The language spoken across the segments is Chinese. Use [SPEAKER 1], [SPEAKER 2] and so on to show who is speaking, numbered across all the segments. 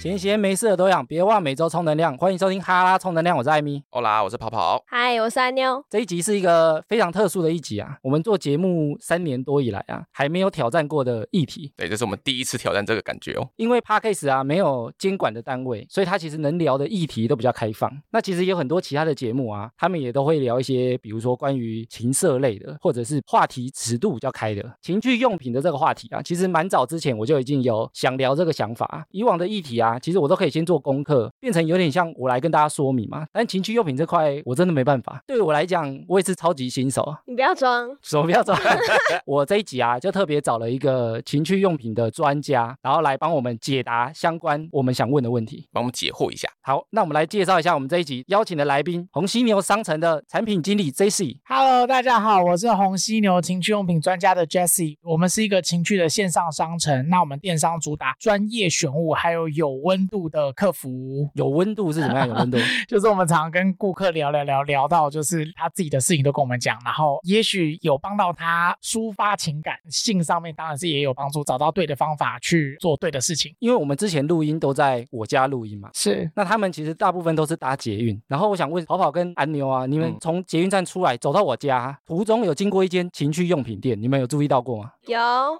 [SPEAKER 1] 闲闲没事的都养，别忘每周充能量。欢迎收听哈拉充能量，我是艾米。
[SPEAKER 2] 欧啦，我是跑跑。
[SPEAKER 3] 嗨，我是阿妞。
[SPEAKER 1] 这一集是一个非常特殊的一集啊，我们做节目三年多以来啊，还没有挑战过的议题。
[SPEAKER 2] 对，这是我们第一次挑战这个感觉哦。
[SPEAKER 1] 因为 p a d k a s 啊没有监管的单位，所以它其实能聊的议题都比较开放。那其实也有很多其他的节目啊，他们也都会聊一些，比如说关于情色类的，或者是话题尺度比较开的情趣用品的这个话题啊。其实蛮早之前我就已经有想聊这个想法，以往的议题啊，其实我都可以先做功课，变成有点像我来跟大家说明嘛。但情趣用品这块我真的没办法，对我来讲我也是超级新手啊。
[SPEAKER 3] 你不要装，
[SPEAKER 1] 什么不要找？ 我这一集啊，就特别找了一个情趣用品的专家，然后来帮我们解答相关我们想问的问题。
[SPEAKER 2] 帮我们解惑一下。
[SPEAKER 1] 好，那我们来介绍一下我们这一集邀请的来宾——红犀牛商城的产品经理 Jessie。
[SPEAKER 4] Hello，大家好，我是红犀牛情趣用品专家的 Jesse。我们是一个情趣的线上商城，那我们电商主打专业选物，还有有温度的客服。
[SPEAKER 1] 有温度是怎么样？有温度？
[SPEAKER 4] 就是我们常跟顾客聊聊聊聊到，就是他自己的事情都跟我们讲，然后也许有帮到他抒发情感，性上面当然是也有帮助，找到对的方法去做对的事情。
[SPEAKER 1] 因为我们之前录音都在我家录音嘛。
[SPEAKER 4] 是，
[SPEAKER 1] 那他们其实大部分都是搭捷运，然后我想问跑跑跟安牛啊，你们
[SPEAKER 2] 嗯
[SPEAKER 1] 从捷运站出来走到我家途中有经过一间情趣用品店，你们有注意到过吗？
[SPEAKER 3] 有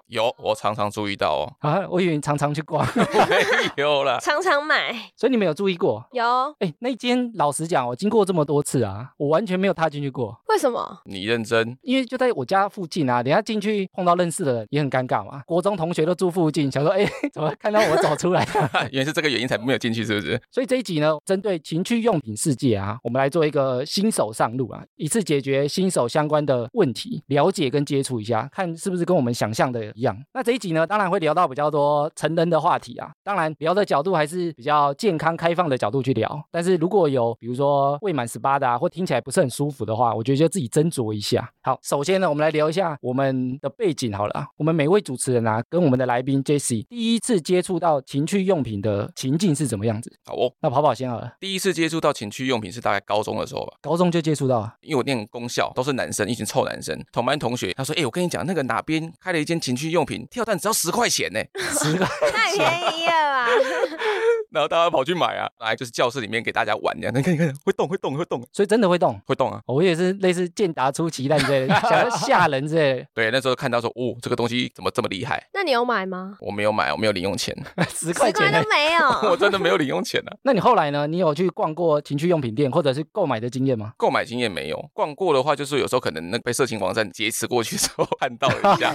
[SPEAKER 2] 有，我常常注意到哦。
[SPEAKER 1] 啊，我以为你常常去逛，
[SPEAKER 2] 没有啦，
[SPEAKER 3] 常常买，
[SPEAKER 1] 所以你们有注意过？
[SPEAKER 3] 有
[SPEAKER 1] 哎，那间老实讲，我经过这么多次啊，我完全没有踏进去过，
[SPEAKER 3] 为什么？
[SPEAKER 2] 你认真。
[SPEAKER 1] 因为就在我家附近啊，等一下进去碰到认识的人也很尴尬嘛。国中同学都住附近，想说哎， 怎么看到我走出来、
[SPEAKER 2] 原来是这个原因才没有进去，是不是？
[SPEAKER 1] 所以这一集呢，针对情趣用品世界啊，我们来做一个新手上路啊，一次解决新手相关的问题，了解跟接触一下，看是不是跟我们想象的一样。那这一集呢，当然会聊到比较多成人的话题啊，当然聊的角度还是比较健康开放的角度去聊。但是如果有比如说未满十八的啊，或听起来不是很舒服的话，我觉得就自己斟酌一下。好，首先呢，我们来聊一下我们的背景好了啊，我们每位主持人啊，跟我们的来宾 Jesse 第一次接触到情趣用品的情境是怎么样子？
[SPEAKER 2] 好哦。
[SPEAKER 1] 那跑跑先好了，
[SPEAKER 2] 第一次接触到情趣用品是大概高中的时候吧，
[SPEAKER 1] 高中就接触到啊，
[SPEAKER 2] 因为我念公校都是男生，一群臭男生。同班同学他说：“哎、我跟你讲，那个哪边开了一间情趣用品，跳蛋只要十块钱呢。
[SPEAKER 1] 十个
[SPEAKER 3] 太便宜了啊吧？”
[SPEAKER 2] 然后大家跑去买啊，来就是教室里面给大家玩这样，你 看你看，会动会动会动
[SPEAKER 1] 所以真的会动。哦
[SPEAKER 2] 会动啊。
[SPEAKER 1] 我也是类似健达出奇蛋之类的，想 要吓人之类
[SPEAKER 2] 对，那时候看到说，哦，这个东西怎么这么厉害？
[SPEAKER 3] 那你有买吗？
[SPEAKER 2] 我没有买，我没有零用钱，
[SPEAKER 1] 的，十块
[SPEAKER 3] 十
[SPEAKER 1] 钱
[SPEAKER 3] 块
[SPEAKER 1] 呢
[SPEAKER 3] 都。没有
[SPEAKER 2] 我，真的没有零用钱啊。
[SPEAKER 1] 那你后来呢？你有去逛过情趣用品店或者是购买的经验吗？
[SPEAKER 2] 购买经验没有，逛过的话，就是有时候可能那个被色情网站劫持过去的 时候看到 了一下，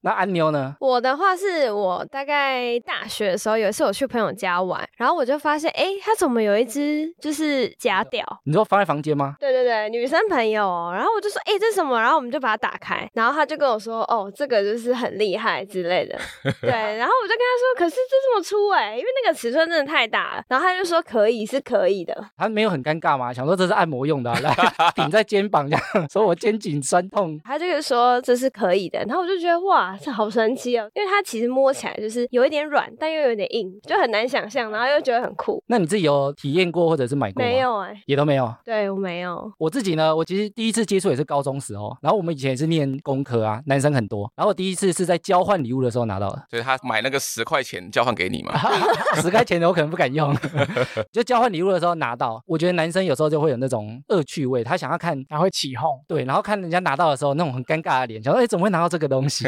[SPEAKER 1] 那安妞呢？
[SPEAKER 3] 我的话是我大概大学的时候，有一次我去朋友家玩，然后我就发现，哎、他怎么有一只就是假屌？
[SPEAKER 1] 你说放在房间吗？
[SPEAKER 3] 对对对，女生朋友哦，然后我就说，哎、这是什么？然后我们就把它打开，然后他就跟我说，哦，这个就是很厉害之类的。对，然后我就跟他说，可是这这么粗哎、因为那个尺寸真的太大了。然后他就说可以是可以的，
[SPEAKER 1] 他没有很尴尬吗？想说这是按摩用的、啊， 来顶在肩膀这样，说我肩颈酸痛。
[SPEAKER 3] 他就是说这是可以的，然后我就觉得哇，这好神奇哦，因为它其实摸起来就是有一点软，但又有点硬，就很难想象，然后又觉得很酷。
[SPEAKER 1] 那你自己有体验过或者是买过吗？
[SPEAKER 3] 没，有哎、
[SPEAKER 1] 也都没有。
[SPEAKER 3] 对我没有，
[SPEAKER 1] 我自己呢，我其实第一次接触也是高中时候，然后我们以前也是念工科啊，男生很多，然后我第一次是在交换礼物的时候拿到的。
[SPEAKER 2] 所以他买那个十块钱交换给你
[SPEAKER 1] 啊
[SPEAKER 2] 嘛。
[SPEAKER 1] 十块钱的我可能不敢用， 就交换礼物的时候拿到，我觉得男生有时候就会有那种恶趣味，他想要看
[SPEAKER 4] 然后会起哄。
[SPEAKER 1] 对，然后看人家拿到的时候那种很尴尬的脸，想说哎、诶怎么会拿到这个东西？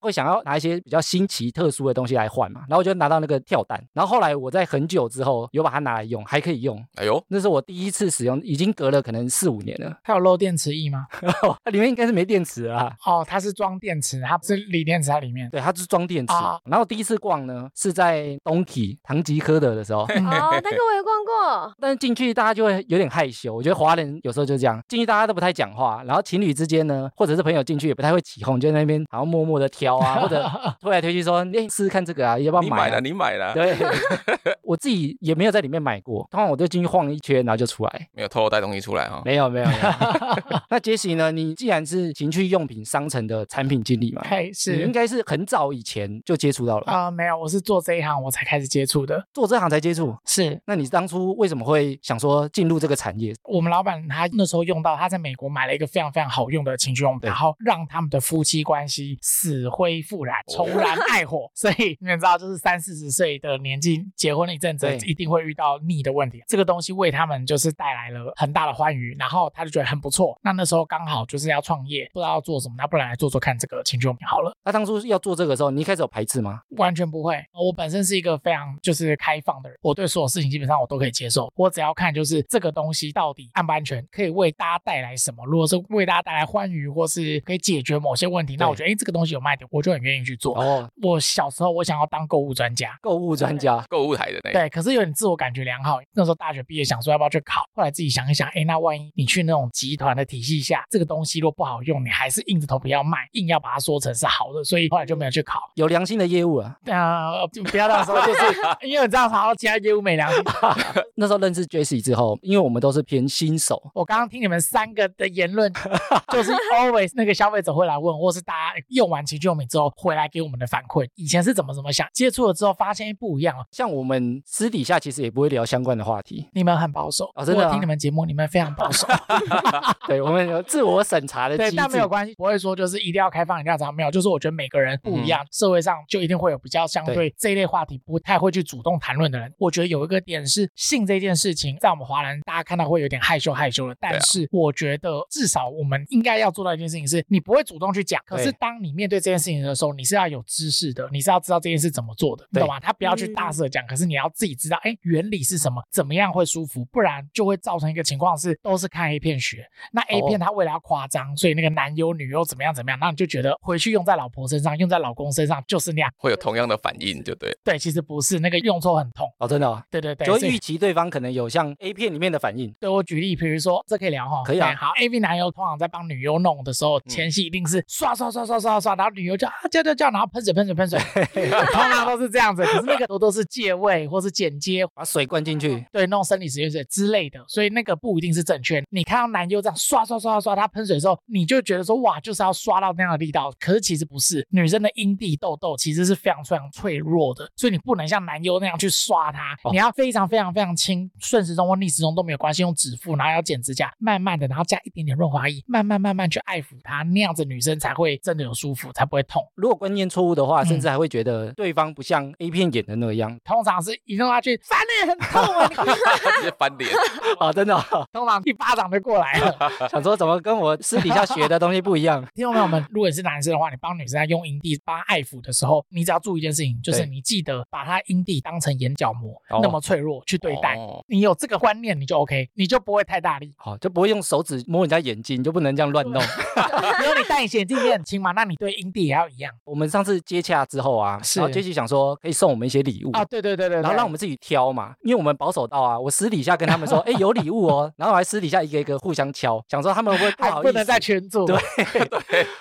[SPEAKER 1] 会想要拿一些比较新奇特殊的东西来换嘛，然后我就拿到那个跳蛋，然后后来我在很久之后有把它拿来用，还可以用。
[SPEAKER 2] 哎呦，
[SPEAKER 1] 那是我第一次使用，已经隔了可能四五年了。
[SPEAKER 4] 它有漏电池翼吗？
[SPEAKER 1] 它里面应该是没电池了啦，
[SPEAKER 4] 哦，它是装电池，它不是锂电池在里面。
[SPEAKER 1] 对，它是装电池。
[SPEAKER 4] 啊
[SPEAKER 1] 然后第一次逛呢是在东体唐吉诃德的时候，
[SPEAKER 3] 哦，那个我也逛 过，
[SPEAKER 1] 但是进去大家就会有点害羞，我觉得华人有时候就这样，进去大家都不太讲话，然后情侣之间呢，或者是朋友进去也不太会起哄，就在那边好像默默的挑啊，或 者推来推去说，哎、试试看这个啊，要不要
[SPEAKER 2] 你
[SPEAKER 1] 买、
[SPEAKER 2] 买
[SPEAKER 1] 啊
[SPEAKER 2] 了，？你买了，
[SPEAKER 1] 对，我自己也没有在里面买过，通常我就进去晃一圈，然后就出来。
[SPEAKER 2] 没有偷偷带东西出来哈、
[SPEAKER 1] 没有没有。 没有那杰西呢？你既然是情趣用品商城的产品经理嘛，
[SPEAKER 4] 嘿，
[SPEAKER 1] 啊你应
[SPEAKER 4] 是
[SPEAKER 1] 该是很早以前就接触到了吧，
[SPEAKER 4] 啊、没有，我是做这一行我才开始接触的。
[SPEAKER 1] 做这行才接触。
[SPEAKER 4] 是
[SPEAKER 1] 那你当初为什么会想说进入这个产业？
[SPEAKER 4] 我们老板他那时候用到，他在美国买了一个非常非常好用的情趣用品，
[SPEAKER 1] 对
[SPEAKER 4] 然后让他们的夫妻关系死灰复燃，重燃
[SPEAKER 1] 哦
[SPEAKER 4] 爱火。所以你们知道，就是三四十岁的年纪结婚了一阵子
[SPEAKER 1] 对，
[SPEAKER 4] 一定会遇到腻的问题。这个东西为他们就是带来了很大的欢愉，然后他就觉得很不错。那那时候刚好就是要创业，不知道要做什么，那不然来做做看这个情趣用品好了。
[SPEAKER 1] 那当初要做这个的时候，你一开始有排斥吗？
[SPEAKER 4] 完全不会。呃我本身是一个非常就是开放的人，我对所有事情基本上我都可以接受。我只要看就是这个东西到底安不安全，可以为大家带来什么。如果是为大家带来欢愉，或是可以解决某些问题，那我觉得诶这个东西有卖点，我就很愿意去做。
[SPEAKER 1] 哦，
[SPEAKER 4] 我小时候我想要当购物专家。
[SPEAKER 1] 购物专家，
[SPEAKER 2] 购物台的那个
[SPEAKER 4] 对，可是有点自我感觉良好。那时候大学毕业，想说要不要去考，后来自己想一想，哎，那万一你去那种集团的体系下，这个东西如果不好用，你还是硬着头皮要卖，硬要把它说成是好的，所以后来就没有去考。
[SPEAKER 1] 有良心的业务啊。
[SPEAKER 4] 呃，就不要这样说，就是 因为你这样好像其他业务没良心。
[SPEAKER 1] 那时候认识 Jesse 之后，因为我们都是偏新手，
[SPEAKER 4] 我刚刚听你们三个的 言论，就是 always 那个消费者会来问，或是大家用完情趣用品之后回来给我们的反馈，以前是怎么怎么想，接触了之后发现哎不一样了。
[SPEAKER 1] 像我们私底下其实也不会聊相关的话
[SPEAKER 4] 。
[SPEAKER 1] 题
[SPEAKER 4] 你们很保守，
[SPEAKER 1] 哦真的啊
[SPEAKER 4] 我听你们节目，你们非常保守，
[SPEAKER 1] 对我们有自我审查的
[SPEAKER 4] 对，
[SPEAKER 1] 机
[SPEAKER 4] 但没
[SPEAKER 1] 制
[SPEAKER 4] 有。关系，不会说就是一定要开放，一定要怎样，没有，就是我觉得每个人
[SPEAKER 1] 嗯
[SPEAKER 4] 不一样，社会上就一定会有比较相对这一类话题不太会去主动谈论的人。我觉得有一个点是性这件事情，在我们华人大家看到会有点害羞害羞的，
[SPEAKER 2] 对
[SPEAKER 4] 但
[SPEAKER 2] 啊
[SPEAKER 4] 是我觉得至少我们应该要做到一件事情是，你不会主动去讲，可是
[SPEAKER 1] 对
[SPEAKER 4] 当你面对这件事情的时候，你是要有知识的，你是要知道这件事怎么做的，你
[SPEAKER 1] 对
[SPEAKER 4] 懂吗？他不要去大肆的讲，可是你要自己知道，哎，原理是什么，怎么样会舒服，不然就会造成一个情况是都是看 A 片学，那 A 片
[SPEAKER 1] 哦
[SPEAKER 4] 它为了要夸张，所以那个男优女优怎么样怎么样，那你就觉得回去用在老婆身上，用在老公身上就是那样。
[SPEAKER 2] 会有同样的反应，就 对。
[SPEAKER 4] 对，其实不是那个用错很痛。
[SPEAKER 1] 哦，真的、啊，
[SPEAKER 4] 对对对，
[SPEAKER 1] 就
[SPEAKER 4] 所
[SPEAKER 1] 会
[SPEAKER 4] 以
[SPEAKER 1] 预期对方可能有像 A 片里面的反应。
[SPEAKER 4] 对我举例，比如说这可以聊哈，
[SPEAKER 1] 可以啊嗯
[SPEAKER 4] 对好，A V 男优通常在帮女优弄的时候，前戏一定是刷刷刷刷刷刷，然后女优就啊叫叫叫，然后喷水喷水喷 水，通常都是这样子。可是那个都都是借位或是剪接，
[SPEAKER 1] 把水灌进去，
[SPEAKER 4] 对，弄生理食盐水之类的，所以那个不一定是正确。你看到男优这样刷刷刷刷刷，他喷水的时候，你就觉得说哇，就是要刷到那样的力道，可是其实不是。女生的阴蒂痘痘其实是非常非常脆弱的，所以你不能像男优那样去刷它，
[SPEAKER 1] 哦
[SPEAKER 4] 你要非常非常非常轻，顺时钟或逆时钟都没有关系，用指腹，然后要剪指甲，慢慢的，然后加一点点润滑液，慢慢慢慢去爱抚它，那样子女生才会真的有舒服，才不会痛。
[SPEAKER 1] 如果观念错误的话，
[SPEAKER 4] 嗯
[SPEAKER 1] 甚至还会觉得对方不像 A 片演的那样
[SPEAKER 4] 通常是一弄下去，烦嘞，很痛啊！你
[SPEAKER 2] 他直接翻 脸，
[SPEAKER 1] 啊，真的啊、
[SPEAKER 4] 通常一巴掌就过来了。
[SPEAKER 1] 想说怎么跟我私底下学的东西不一样
[SPEAKER 4] 听众朋友们，如果你是男生的话，你帮女生在用阴蒂帮她爱抚的时候，你只要注意一件事情，就是
[SPEAKER 1] 对
[SPEAKER 4] 你记得把她阴蒂当成眼角膜、
[SPEAKER 1] 哦。
[SPEAKER 4] 那么脆弱去对待。
[SPEAKER 2] 哦
[SPEAKER 4] 你有这个观念，你就 OK，你就不会太大力
[SPEAKER 1] 好，就不会用手指摸人家眼睛，就不能这样乱弄。
[SPEAKER 4] 比如你戴隐形眼镜也很轻嘛，那你对阴蒂也要一样
[SPEAKER 1] 我们上次接洽之后啊，
[SPEAKER 4] 是
[SPEAKER 1] 然后 Jesse 想说可以送我们一些礼物
[SPEAKER 4] 啊。对对对对
[SPEAKER 1] 嗯然后让我们自己挑嘛，因为我们保守到啊，我私底下跟他们说，哎，有礼物哦，然后我还私底下一个一个互相敲，想说他们会不会不
[SPEAKER 4] 还
[SPEAKER 1] 好意
[SPEAKER 4] 不
[SPEAKER 1] 思，
[SPEAKER 4] 能在群组。
[SPEAKER 1] 对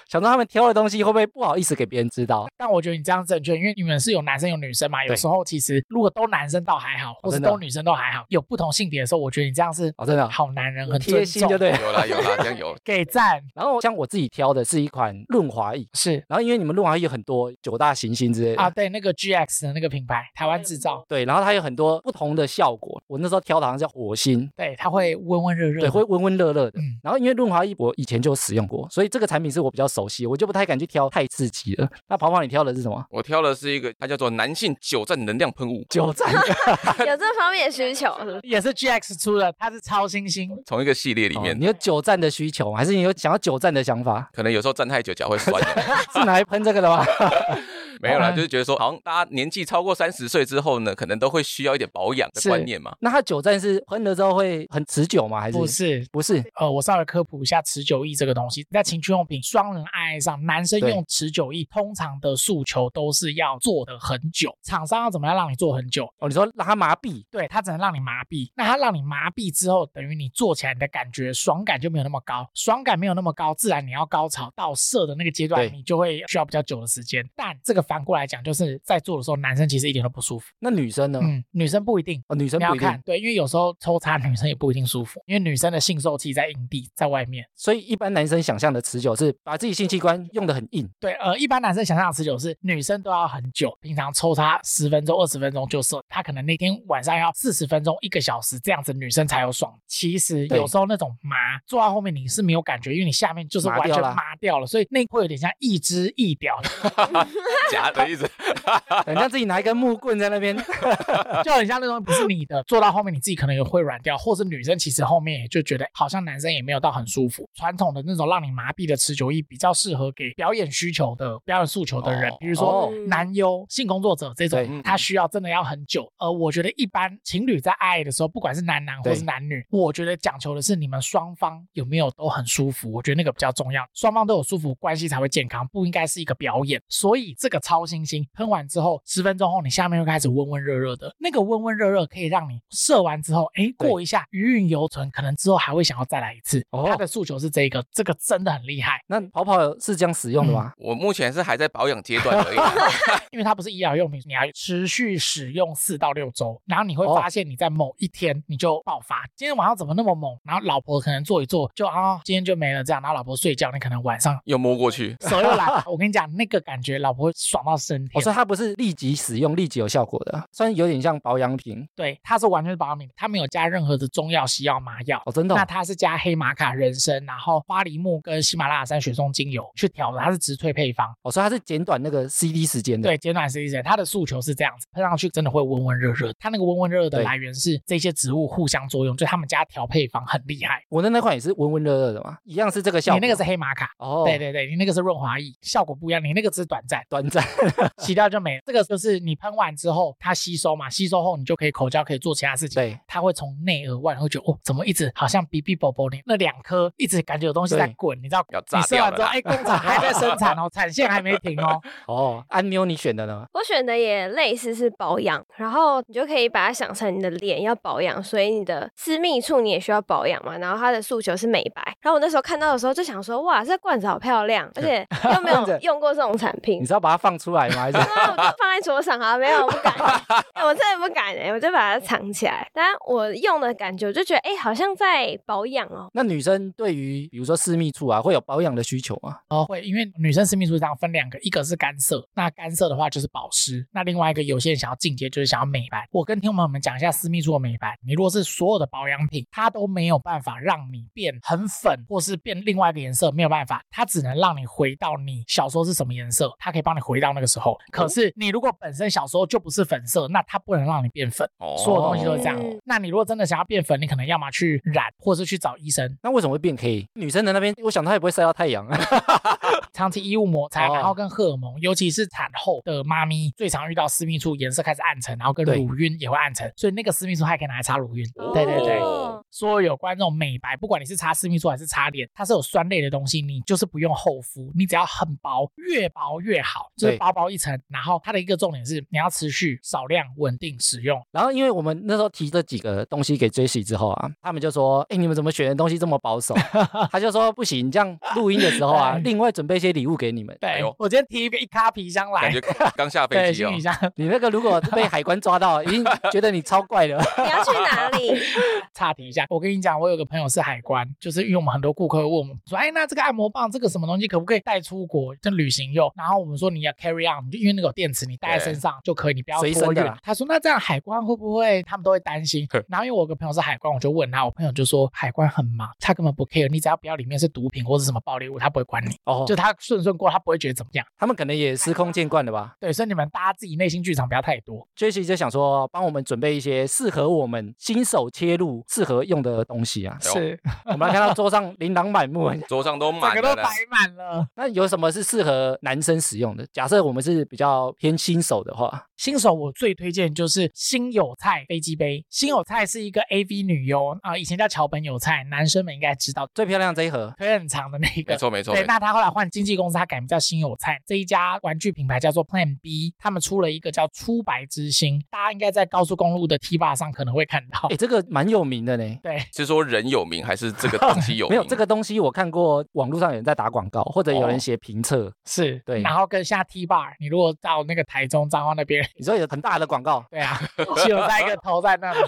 [SPEAKER 1] 想说他们挑的东西会不会不好意思给别人知道？
[SPEAKER 4] 但我觉得你这样正确，因为你们是有男生有女生嘛。有
[SPEAKER 1] 对哦
[SPEAKER 4] 时候其实如果都男生倒还好，或是
[SPEAKER 1] 真的
[SPEAKER 4] 都女生都还好，有不同性别的时候，我觉得你这样是
[SPEAKER 1] 哦，真的啊
[SPEAKER 4] 好男人，很
[SPEAKER 1] 贴
[SPEAKER 4] 尊
[SPEAKER 1] 心就
[SPEAKER 4] 重。
[SPEAKER 1] 对了。
[SPEAKER 2] 有啦有啦，这样有。
[SPEAKER 4] 给赞
[SPEAKER 1] 然后像我自己挑的是一款润滑液，
[SPEAKER 4] 是
[SPEAKER 1] 然后因为你们润滑液有很多九大行星之类的
[SPEAKER 4] 啊，对那个 GX 的那个品牌，台湾制造。
[SPEAKER 1] 对，然后它有很多不同的效果。我那时候挑的好像叫火星，
[SPEAKER 4] 对，它会温温热热的，
[SPEAKER 1] 对，会温温热热的。
[SPEAKER 4] 啊嗯
[SPEAKER 1] 然后因为润滑液我以前就使用过，所以这个产品是我比较熟悉，我就不太敢去挑太刺激了。那跑跑你挑的是什么？
[SPEAKER 2] 我挑的是一个，它叫做男性久站能量喷雾，
[SPEAKER 1] 九站
[SPEAKER 3] 有这方面的需求是不是
[SPEAKER 4] 也是 GX 出的，它是超新星。
[SPEAKER 2] 从一个系列里
[SPEAKER 1] 哦
[SPEAKER 2] 面，
[SPEAKER 1] 你有九站的需求，还是你有想要九站的想法？
[SPEAKER 2] 可能有时候站太久脚会酸的。
[SPEAKER 1] 是拿来喷这个的吗？
[SPEAKER 2] 没有啦，
[SPEAKER 4] 嗯
[SPEAKER 2] 就是觉得说，好像大家年纪超过三十岁之后呢，可能都会需要一点保养的
[SPEAKER 4] 是
[SPEAKER 2] 观念嘛。
[SPEAKER 1] 那它久站是喷了之后会很持久吗？还是
[SPEAKER 4] 不是，
[SPEAKER 1] 不是
[SPEAKER 4] 呃，我稍微科普一下持久液这个东西，在情趣用品双人爱上，男生
[SPEAKER 1] 对
[SPEAKER 4] 用持久液通常的诉求都是要做的很久，厂商要怎么样让你做很久？
[SPEAKER 1] 哦？你说让它麻痹，
[SPEAKER 4] 对，它只能让你麻痹。那它让你麻痹之后，等于你做起来你的感觉爽感就没有那么高，爽感没有那么高，自然你要高潮到射的那个阶段，
[SPEAKER 1] 对
[SPEAKER 4] 你就会需要比较久的时间。但这个反过来讲，就是在做的时候，男生其实一点都不舒服。
[SPEAKER 1] 那女生呢？
[SPEAKER 4] 嗯，女生不一定。
[SPEAKER 1] 哦，女生
[SPEAKER 4] 你要
[SPEAKER 1] 不一
[SPEAKER 4] 看
[SPEAKER 1] 定，，
[SPEAKER 4] 对，因为有时候抽插女生也不一定舒服，因为女生的性受器在营地，在外面。
[SPEAKER 1] 所以一般男生想象的持久是把自己性器官用得很 硬，
[SPEAKER 4] 对，呃，一般男生想象的持久是女生都要很久，平常抽插十分钟、二十分钟就射，他可能那天晚上要四十分钟、一个小时这样子，女生才有爽。其实
[SPEAKER 1] 对
[SPEAKER 4] 有时候那种麻做到后面你是没有感觉，因为你下面就是
[SPEAKER 1] 麻
[SPEAKER 4] 完
[SPEAKER 1] 掉
[SPEAKER 4] 全
[SPEAKER 1] 啦
[SPEAKER 4] 麻掉了，所以那会有点像一枝一屌，
[SPEAKER 2] 假的意思，
[SPEAKER 1] 很像自己拿一根木棍在那边。
[SPEAKER 4] 就很像那种不是你的，做到后面你自己可能也会软掉，或是女生其实后面也就觉得好像男生也没有到很舒服。传统的那种让你麻痹的持久力比较适合给表演需求的、表演诉求的人
[SPEAKER 2] 哦，
[SPEAKER 4] 比如
[SPEAKER 1] 哦
[SPEAKER 4] 说男优、性工作者这
[SPEAKER 1] 对
[SPEAKER 4] 种，他需要真的要很久。呃，我觉得一般情侣在爱的时候，不管是男男或
[SPEAKER 1] 对
[SPEAKER 4] 是男女，我觉得讲求的是你们双方有没有都很舒服，我觉得那个比较重要，双方都有舒服，关系才会健康，不应该是一个表演。所以这个超新星喷完之后，十分钟后你下面又开始温温热热的，那个温温热热可以让你射完之后，哎，
[SPEAKER 1] 对
[SPEAKER 4] 过一下余韵犹存，可能之后还会想要再来一次。
[SPEAKER 1] 哦
[SPEAKER 4] 他的诉求是这个，这个真的很厉害，
[SPEAKER 1] 那跑跑是这样使用的吗？
[SPEAKER 2] 我目前是还在保养阶段而已啊 啦。
[SPEAKER 4] 因为它不是医疗用品，你要持续使用四到六周，然后你会
[SPEAKER 1] 哦
[SPEAKER 4] 发现你在某一天你就爆发，今天晚上怎么那么猛？然后老婆可能做一做就啊、今天就没了这样，然后老婆睡觉，你可能 晚上
[SPEAKER 2] 又摸过去，
[SPEAKER 4] 手又来，我跟你讲那个感觉，老婆会爽到升
[SPEAKER 1] 我哦
[SPEAKER 4] 天。
[SPEAKER 1] 说它不是啊立即使用、立即有效果的，啊虽然有点像保养品
[SPEAKER 4] 对，它是完全是保养品，它没有加任何的中药、西药、麻药。
[SPEAKER 1] 哦，真的哦、
[SPEAKER 4] 那它是加黑玛卡、人参，然后花梨木跟喜马拉雅山雪松精油去调的，它是植萃配方。
[SPEAKER 1] 我哦说它是减短那个 CD 时间的。
[SPEAKER 4] 对，简短时间，它的诉求是这样子，喷上去真的会温温热热。它那个温温热热的
[SPEAKER 1] 对
[SPEAKER 4] 来源是这些植物互相作用，就他们家调配方很厉害。
[SPEAKER 1] 我的那款也是温温热热的嘛，一样是这个效
[SPEAKER 4] 你
[SPEAKER 1] 果。
[SPEAKER 4] 那个是黑玛卡，
[SPEAKER 1] 哦，，
[SPEAKER 4] 对，对对，你那个是润滑液，效果不一样。你那个只是短暂
[SPEAKER 1] 短 暂。
[SPEAKER 4] 洗掉就没了。这个就是你喷完之后，它吸收嘛，吸收后你就可以口交，可以做其他事情。
[SPEAKER 1] 对，
[SPEAKER 4] 它会从内而外，你会觉得哦，怎么一直好像比比啵啵的那两颗一直感觉有东西在
[SPEAKER 1] 对
[SPEAKER 4] 滚，你知道？
[SPEAKER 2] 要
[SPEAKER 4] 你
[SPEAKER 2] 炸
[SPEAKER 4] 射
[SPEAKER 2] 掉
[SPEAKER 4] 完
[SPEAKER 2] 了
[SPEAKER 4] 之后，
[SPEAKER 2] 啦
[SPEAKER 4] 哎，工厂还在生 产哦，产线还没停哦。
[SPEAKER 1] 哦，安妞你选的 呢？
[SPEAKER 3] 我选的也类似是保养，然后你就可以把它想成你的脸要保养，所以你的私密处你也需要保养嘛。然后它的诉求是美白。然后我那时候看到的时候就想说，哇，这罐子好漂亮，而且 又没
[SPEAKER 1] 罐子
[SPEAKER 3] 有用过这种产品
[SPEAKER 1] 你。是要把它放出来吗？还是？
[SPEAKER 3] 然啊后我就放在桌上啊，没有，我不 敢，哎我真的不敢哎、我就把它藏起来。但我用的感觉，我就觉得哎、好像在保养哦、
[SPEAKER 1] 那女生对于比如说私密处啊，会有保养的需求吗？
[SPEAKER 4] 哦，会，因为女生私密处上分两个，一个是干涩，那干涩的话就是保湿，那另外一个有些人想要进阶就是想要美白。我跟听众朋友们讲一下私密处的美白，你如果是所有的保养品，它都没有办法让你变很粉，或是变另外一个颜色，没有办法，它只能让你回到你小时候是什么颜色，它可以帮你回到那个时候。可是你如果本身小时候就不是粉色，那它不能让你变粉，
[SPEAKER 2] 哦
[SPEAKER 4] 所有东西都是这样
[SPEAKER 3] 嗯。
[SPEAKER 4] 那你如果真的想要变粉，你可能要么去染，或是去找医生，
[SPEAKER 1] 那为什么会变黑？女生的那边，我想她也不会晒到太阳啊。
[SPEAKER 4] 长期衣物摩擦，
[SPEAKER 1] 哦
[SPEAKER 4] 然后跟荷尔蒙，尤其是产后的妈咪，最常遇到私密处颜色开始暗沉，然后跟
[SPEAKER 1] 对
[SPEAKER 4] 乳晕也会暗沉，所以那个私密处还可以拿来擦乳晕。
[SPEAKER 3] 哦
[SPEAKER 4] 对对对。
[SPEAKER 3] 哦
[SPEAKER 4] 所有有关这种美白，不管你是擦私密处还是擦脸，它是有酸类的东西，你就是不用厚敷，你只要很薄，越薄越好，就是
[SPEAKER 1] 对
[SPEAKER 4] 薄薄一层。然后它的一个重点是，你要持续少量稳定使用。
[SPEAKER 1] 然后因为我们那时候提这几个东西给 Jesse 之后啊，他们就说：“哎，你们怎么选的东西这么保守？”他就说：“不行，这样录音的时候 啊，
[SPEAKER 4] 对
[SPEAKER 1] 另外准备一些礼物给你们。
[SPEAKER 4] 对、
[SPEAKER 2] 哎呦
[SPEAKER 4] 我今天提一个一咖皮箱来，
[SPEAKER 2] 感觉刚下飞
[SPEAKER 4] 对
[SPEAKER 2] 机
[SPEAKER 4] 行
[SPEAKER 2] 哦
[SPEAKER 4] 李。箱
[SPEAKER 1] 你那个如果被海关抓到，已经觉得你超怪了。
[SPEAKER 3] 你要去哪 里？
[SPEAKER 4] 岔题一下，我跟你讲，我有个朋友是海关，就是因为我们很多顾客会问我们说，哎，那这个按摩棒这个什么东西可不可以带出国，就旅行用？然后我们说你要 carry on，你就因为那个有电池，你带在身上就可以，你不要
[SPEAKER 1] 随身
[SPEAKER 4] 托
[SPEAKER 1] 的
[SPEAKER 4] 运
[SPEAKER 1] 啦。
[SPEAKER 4] 他说那这样海关会不会他们都会担心？然后因为我有个朋友是海关，我就问他，我朋友就说海关很忙，他根本不 care，你只要不要里面是毒品或者什么暴力物，他不会管你，”
[SPEAKER 1] 哦，就
[SPEAKER 4] 就他顺顺过，他不会觉得怎么样。
[SPEAKER 1] 他们可能也司空见惯了吧。
[SPEAKER 4] 对，所以你们大家自己内心剧场不要太多。
[SPEAKER 1] j Tracy 就想说帮我们准备一些适合我们新手切入适合用的东西 啊。
[SPEAKER 4] 是，
[SPEAKER 1] 我们来看到桌上琳琅满目，
[SPEAKER 2] 桌上都
[SPEAKER 4] 整
[SPEAKER 2] 满
[SPEAKER 4] 个
[SPEAKER 2] 了
[SPEAKER 4] 都
[SPEAKER 2] 啦
[SPEAKER 4] 摆。满了。
[SPEAKER 1] 那有什么是适合男生使用的？假设我们是比较偏新手的话，
[SPEAKER 4] 新手我最推荐就是新友菜飞机杯。新友菜是一个 AV 女优啊、以前叫桥本有菜，男生们应该知道，
[SPEAKER 1] 最漂亮这一盒
[SPEAKER 4] 腿很长的那一个。
[SPEAKER 2] 没错没错，
[SPEAKER 4] 对，
[SPEAKER 2] 没错
[SPEAKER 4] 那他后来换经纪公司，他改名叫新友菜。这一家玩具品牌叫做 Plan B，他们出了一个叫初白之星，大家应该在高速公路的 T 坝上可能会看到
[SPEAKER 1] 哎、。这个蛮有名的呢。
[SPEAKER 4] 对，
[SPEAKER 2] 是说人有名还是这个东 西有
[SPEAKER 1] 没
[SPEAKER 2] 名？
[SPEAKER 1] 有这个东西，我看过网络上有人在打广告，或者有人写评测。
[SPEAKER 4] 是，
[SPEAKER 1] 对
[SPEAKER 4] 然后跟下 T bar，你如果到那个台中彰化那边，
[SPEAKER 1] 你说有很大的广告，
[SPEAKER 4] 对啊， 只有在一个头在 那里。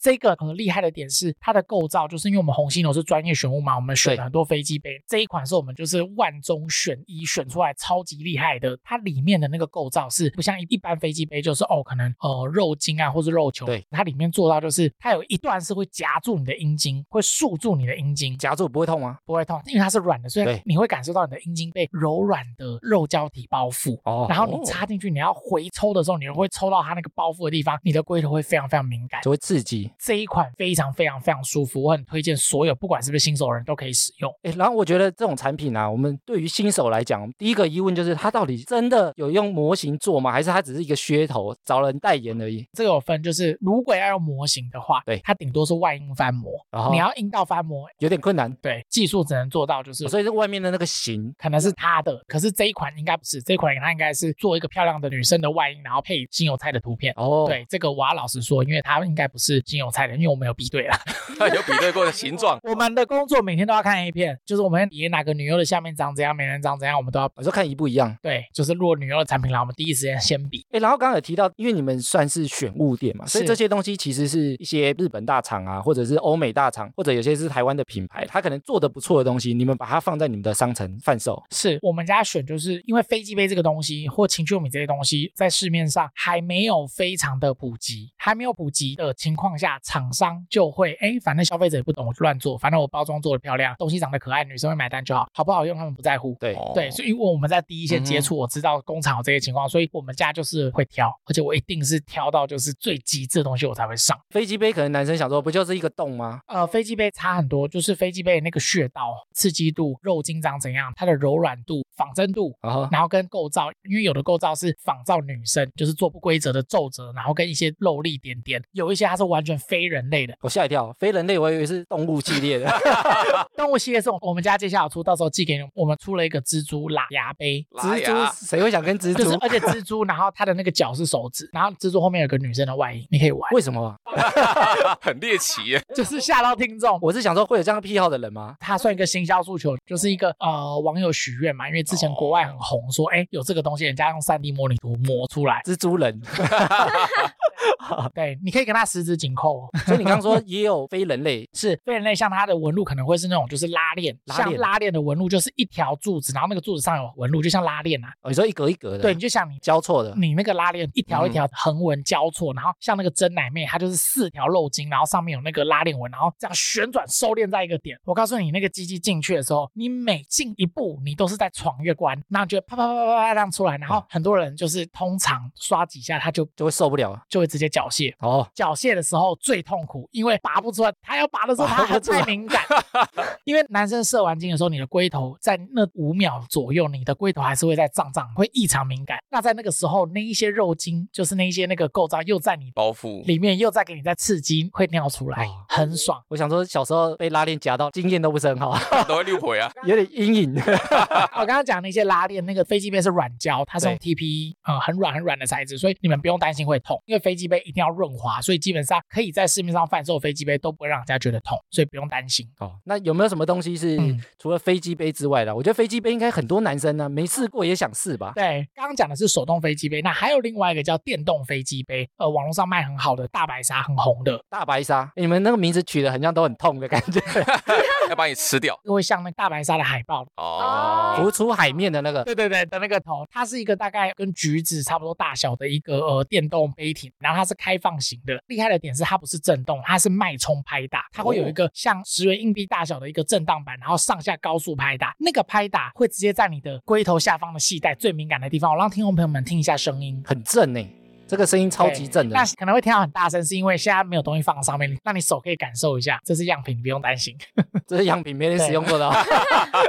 [SPEAKER 4] 这个很厉害的点是它的构造，就是因为我们红犀牛是专业选物嘛，我们选了
[SPEAKER 1] 对
[SPEAKER 4] 很多飞机杯，这一款是我们就是万中选一选出来超级厉害的。它里面的那个构造是不像一一般飞机杯，就是哦可能呃肉筋啊或是肉球，
[SPEAKER 1] 对，
[SPEAKER 4] 它里面做到就是它有一段是会夹住你的阴茎，会束住你的阴茎，
[SPEAKER 1] 夹住不会痛吗？
[SPEAKER 4] 不会痛，因为它是软的，所以
[SPEAKER 1] 对
[SPEAKER 4] 你会感受到你的阴茎被柔软的肉胶体包覆。
[SPEAKER 1] 哦
[SPEAKER 4] 然后你插进去，你要回抽的时候，你会抽到它那个包覆的地方，你的龟头会非常非常敏感。
[SPEAKER 1] 就会刺激。
[SPEAKER 4] 这一款非常非常非常舒服，我很推荐所有不管是不是新手的人都可以使用。
[SPEAKER 1] 哎，然后我觉得这种产品啊，我们对于新手来讲，第一个疑问就是它到底真的有用模型做吗？还是它只是一个噱头，找人代言而已？
[SPEAKER 4] 这个有分，就是如果要用模型的话，
[SPEAKER 1] 对哦
[SPEAKER 4] 它顶多是外阴翻模，
[SPEAKER 1] 然后
[SPEAKER 4] 你要阴道翻模，
[SPEAKER 1] 有点困难，
[SPEAKER 4] 对，技术只能做到就是。
[SPEAKER 1] 哦所以这外面的那个型
[SPEAKER 4] 可能是它的，可是这一款应该不是，这一款它应该是做一个漂亮的女生的外阴，然后配新油菜的图片。
[SPEAKER 1] 哦，，
[SPEAKER 4] 对，这个我要老实说，因为它应该不是金油菜的，因为我们有比对啦。，
[SPEAKER 2] 有比对过的形状
[SPEAKER 4] 我们的工作每天都要看 A 片，就是我们也哪个女优的下面长怎样，美人长怎样，我们都要。
[SPEAKER 1] 我说看一不一样。
[SPEAKER 4] 对，就是如果女优的产品来，我们第一时间先比。
[SPEAKER 1] 哎，然后刚刚有提到，因为你们算是选物店嘛，所以
[SPEAKER 4] 是
[SPEAKER 1] 这些东西其实是一些日本大厂啊，或者是欧美大厂，或者有些是台湾的品牌，它可能做的不错的东西，你们把它放在你们的商城贩售。
[SPEAKER 4] 是我们家选，就是因为飞机杯这个东西或情趣用品这些东西，在市面上还没有非常的普及，还没有普及的情况下，厂商就会哎，反正消费者也不懂，我就乱做，反正我包装做的漂亮，东西长得可爱，女生会买单就好，好不好用他们不在乎。
[SPEAKER 1] 对，
[SPEAKER 2] 哦
[SPEAKER 4] 对，所以因为我们在第一线接触，我知道工厂有这些情况，所以我们家就是会挑，而且我一定是挑到就是最极致的东西我才会上。
[SPEAKER 1] 飞机杯可能男生想说，不就是一个洞吗？
[SPEAKER 4] 呃，飞机杯差很多，就是飞机杯的那个穴道刺激度、肉筋长怎样、它的柔软度、仿真度。
[SPEAKER 1] 然后
[SPEAKER 4] 然后跟构造，因为有的构造是仿造女生，就是做不规则的皱褶，然后跟一些肉粒点点，有一些它是完全非人类的。
[SPEAKER 1] 我吓一跳，非人类我以为是动物系列的。
[SPEAKER 4] 动物系列是我们家接下来有出，到时候寄给你。我们出了一个蜘蛛喇牙杯，
[SPEAKER 2] 拉
[SPEAKER 1] 蜘
[SPEAKER 2] 牙
[SPEAKER 1] 蛛谁会想跟蜘
[SPEAKER 4] 就是
[SPEAKER 1] 蛛？
[SPEAKER 4] 而且蜘蛛，然后它的那个脚是手指，然后蜘蛛后面有个女生的外衣，你可以玩。
[SPEAKER 1] 为什么 啊？
[SPEAKER 2] 很猎奇耶，
[SPEAKER 4] 就是吓到听众。
[SPEAKER 1] 我是想说会有这样癖好的人吗？
[SPEAKER 4] 它算一个行销诉求，就是一个呃网友许愿嘛，因为之前国外很红，说哎有这个东西，人家用 3D 模拟图模出来。
[SPEAKER 1] 蜘蛛人， 啊
[SPEAKER 4] 对，你可以跟它十指紧扣哦，
[SPEAKER 1] 所以你刚刚 说也有非人类，
[SPEAKER 4] 是非人类像它的纹路可能会是那种就是拉链，
[SPEAKER 1] 拉
[SPEAKER 4] 像
[SPEAKER 1] 链
[SPEAKER 4] 拉链的纹路就是一条柱子，然后那个柱子上有纹路，就像拉链啊。
[SPEAKER 1] 哦你说一格一格的，
[SPEAKER 4] 对，你，就像你
[SPEAKER 1] 交错的，
[SPEAKER 4] 你那个拉链一条一条横纹交错，然后像那个真奶妹，它就是四条肉筋，然后上面有那个拉链纹，然后这样旋转收敛在一个点。我告诉你，那个鸡鸡进去的时候，你每进一步，你都是在闯一个关，然后就啪啪啪啪啪这样出来。然后很多人就是通常刷几下，他就
[SPEAKER 1] 就会受不了。
[SPEAKER 4] 就会直接缴械。
[SPEAKER 1] 哦，
[SPEAKER 4] 缴械的时候最痛苦，因为拔不出来。他要拔的时候，
[SPEAKER 1] 拔
[SPEAKER 4] 他
[SPEAKER 1] 不
[SPEAKER 4] 还
[SPEAKER 1] 出来
[SPEAKER 4] 太敏 感。因为男生射完精的时候，你的龟头在那五秒左右，你的龟头还是会在胀胀，会异常敏感。那在那个时候，那一些肉精，就是那一些那个构造，又在你
[SPEAKER 2] 包袱
[SPEAKER 4] 里面，又在给你在刺激，会尿出来
[SPEAKER 1] 哦，
[SPEAKER 4] 很爽。
[SPEAKER 1] 我想说小时候被拉链夹到，经验都不是很好，
[SPEAKER 2] 都会六回啊，
[SPEAKER 1] 有点阴影。
[SPEAKER 4] 我刚刚讲那些拉链，那个飞机杯是软胶，它是用 TPE，呃，很软很软的材质，所以你们不用担心会痛，因为飞机杯一定要润滑，所以基本上可以在市面上贩售的飞机杯都不会让人家觉得痛，所以不用担心。
[SPEAKER 1] 哦，那有没有什么东西是
[SPEAKER 4] 嗯
[SPEAKER 1] 除了飞机杯之外的？啊我觉得飞机杯应该很多男生呢没试过也想试吧。
[SPEAKER 4] 对，刚刚讲的是手动飞机杯，那还有另外一个叫电动飞机杯，呃，网络上卖很好的大白鲨，很红的，
[SPEAKER 1] 大白鲨，你们那个名字取得很像都很痛的感 觉，
[SPEAKER 2] 要把你吃掉
[SPEAKER 4] 就会像那个大白鲨的海报，
[SPEAKER 2] 哦。
[SPEAKER 1] 浮出海面的那个。
[SPEAKER 4] 对对对的那个头，它是一个大概跟橘子差不多大小的一个呃电动杯艇，然后它是开放型的，厉害的点是它不是震动，它是脉冲拍打，它会有一个像十元硬币大小的一个震荡板，然后上下高速拍打，那个拍打会直接在你的龟头下方的系带最敏感的地方，我让听众朋友们听一下声音。
[SPEAKER 1] 很正呢、欸这个声音超级正的
[SPEAKER 4] 那。可能会听到很大声，是因为现在没有东西放在上面，让你手可以感受一下，这是样品，你不用 担心。
[SPEAKER 1] 这是样品，没人使用过的哦，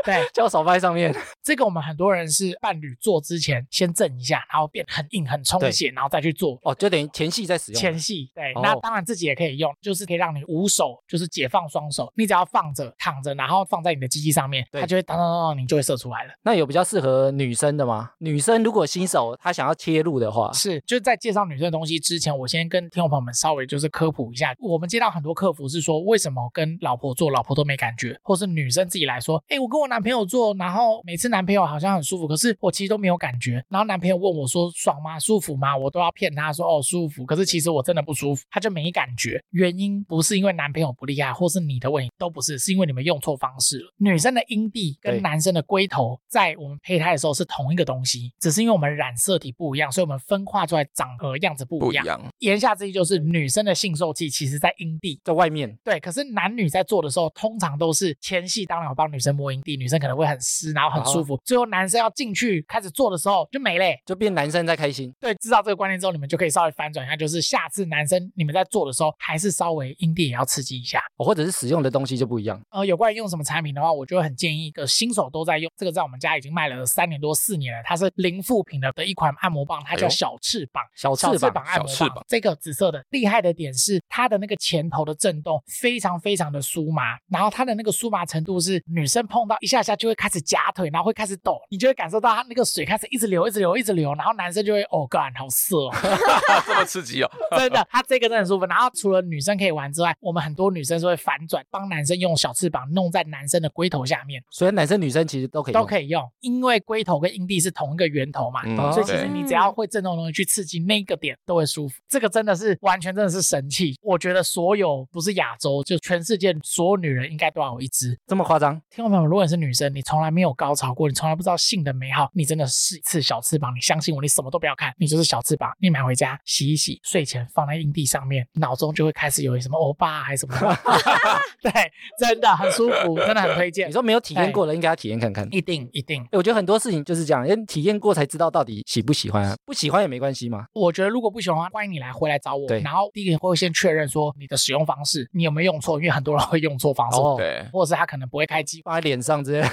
[SPEAKER 4] 对，
[SPEAKER 1] 就手放在上面。
[SPEAKER 4] 这个我们很多人是伴侣做之前先震一下，然后变很硬、很充血，然后再去做。
[SPEAKER 1] 哦，就等于前戏在使用。
[SPEAKER 4] 前戏对，
[SPEAKER 1] 哦
[SPEAKER 4] 那当然自己也可以用，就是可以让你无手，就是解放双手，你只要放着躺着，然后放在你的机器上面，
[SPEAKER 1] 对
[SPEAKER 4] 它就会当当当当，你就会射出来了。
[SPEAKER 1] 那有比较适合女生的吗？女生如果新手她想要切入的话，
[SPEAKER 4] 是，就是在介绍女生的东西之前，我先跟听众朋友们稍微就是科普一下。我们接到很多客服是说，为什么跟老婆做，老婆都没感觉，或是女生自己来说，哎，我跟我男朋友做，然后每次男朋友好像很舒服，可是我其实都没有感觉。然后男朋友问我说爽吗？舒服吗？我都要骗他说哦舒服，可是其实我真的不舒服，他就没感觉。原因不是因为男朋友不厉害，或是你的问题，都不是，是因为你们用错方式了。女生的阴蒂
[SPEAKER 1] 对
[SPEAKER 4] 跟男生的龟头在我们胚胎的时候是同一个东西，只是因为我们染色体不一样，所以我们分化出来长得样子不
[SPEAKER 2] 不
[SPEAKER 4] 一
[SPEAKER 2] 一
[SPEAKER 4] 样。
[SPEAKER 2] 样，
[SPEAKER 4] 言下之意就是女生的性受器其实在阴蒂。
[SPEAKER 1] 在外面
[SPEAKER 4] 对，可是男女在做的时候，通常都是前戏，当然我帮女生摸阴蒂，女生可能会很湿，然后很舒服。最后男生要进去开始做的时候就没嘞、
[SPEAKER 1] 就变男生在开心。
[SPEAKER 4] 对，知道这个观念之后，你们就可以稍微翻转一下，就是下次男生你们在做的时候，还是稍微阴蒂也要刺激一下。
[SPEAKER 1] 哦或者是使用的东西就不一样。
[SPEAKER 4] 呃，有关于用什么产品的话，我就会很建议一个新手都在用，这个在我们家已经卖了三年多四年了，它是零副品的的一款按摩棒，它
[SPEAKER 2] 哎
[SPEAKER 4] 叫
[SPEAKER 2] 呦
[SPEAKER 4] 小翅膀。
[SPEAKER 1] 小翅
[SPEAKER 4] 小翅
[SPEAKER 1] 膀
[SPEAKER 4] 膀按摩
[SPEAKER 2] 小翅膀
[SPEAKER 4] 棒，这个紫色的厉害的点是它的那个前头的震动非常非常的酥麻，然后它的那个酥麻程度是女生碰到一下下就会开始夹腿，然后会开始抖，你就会感受到它那个水开始一直流，一直流，一直流，然后男生就会哦干好涩哦，
[SPEAKER 2] 这么刺激哦！
[SPEAKER 4] 真的，它这个真的很舒服。然后除了女生可以玩之外，我们很多女生是会反转，帮男生用小翅膀弄在男生的龟头下面，
[SPEAKER 1] 所以男生女生其实都可以
[SPEAKER 4] 都
[SPEAKER 1] 以。
[SPEAKER 4] 可以用，因为龟头跟阴蒂是同一个源头嘛。
[SPEAKER 2] 嗯
[SPEAKER 1] 哦
[SPEAKER 4] 所以其实
[SPEAKER 2] 对，
[SPEAKER 4] 你只要会震动的东西去刺激那个点，都会舒服。这个真的是完全真的是神器，我觉得所有不是亚洲，就全世界所有女人应该都要有一支。
[SPEAKER 1] 这么夸张？
[SPEAKER 4] 听众朋友们，如果你是女生，你从来没有高潮过，你从来不知道性的美好，你真的是一次小翅膀。你相信我，你什么都不要看，你就是小翅膀。你买回家洗一洗，睡前放在硬地上面，脑中就会开始有什么欧巴啊还是什 么的。 对，真的很舒服，真的很推荐。
[SPEAKER 1] 你说没有体验过的，应该要体验看看。
[SPEAKER 4] 一定一定。
[SPEAKER 1] 欸我觉得很多事情就是这样，人体验过才知道到底喜不喜欢啊，不喜欢也没关系嘛。
[SPEAKER 4] 我觉得如果不喜欢的话，欢迎你来回来找我
[SPEAKER 1] 对。
[SPEAKER 4] 然后第一个会先确认说你的使用方式，你有没有用错，因为很多人会用错方式，
[SPEAKER 1] 哦，
[SPEAKER 2] 对，
[SPEAKER 4] 或者是他可能不会开机。
[SPEAKER 1] 放在脸上之类的。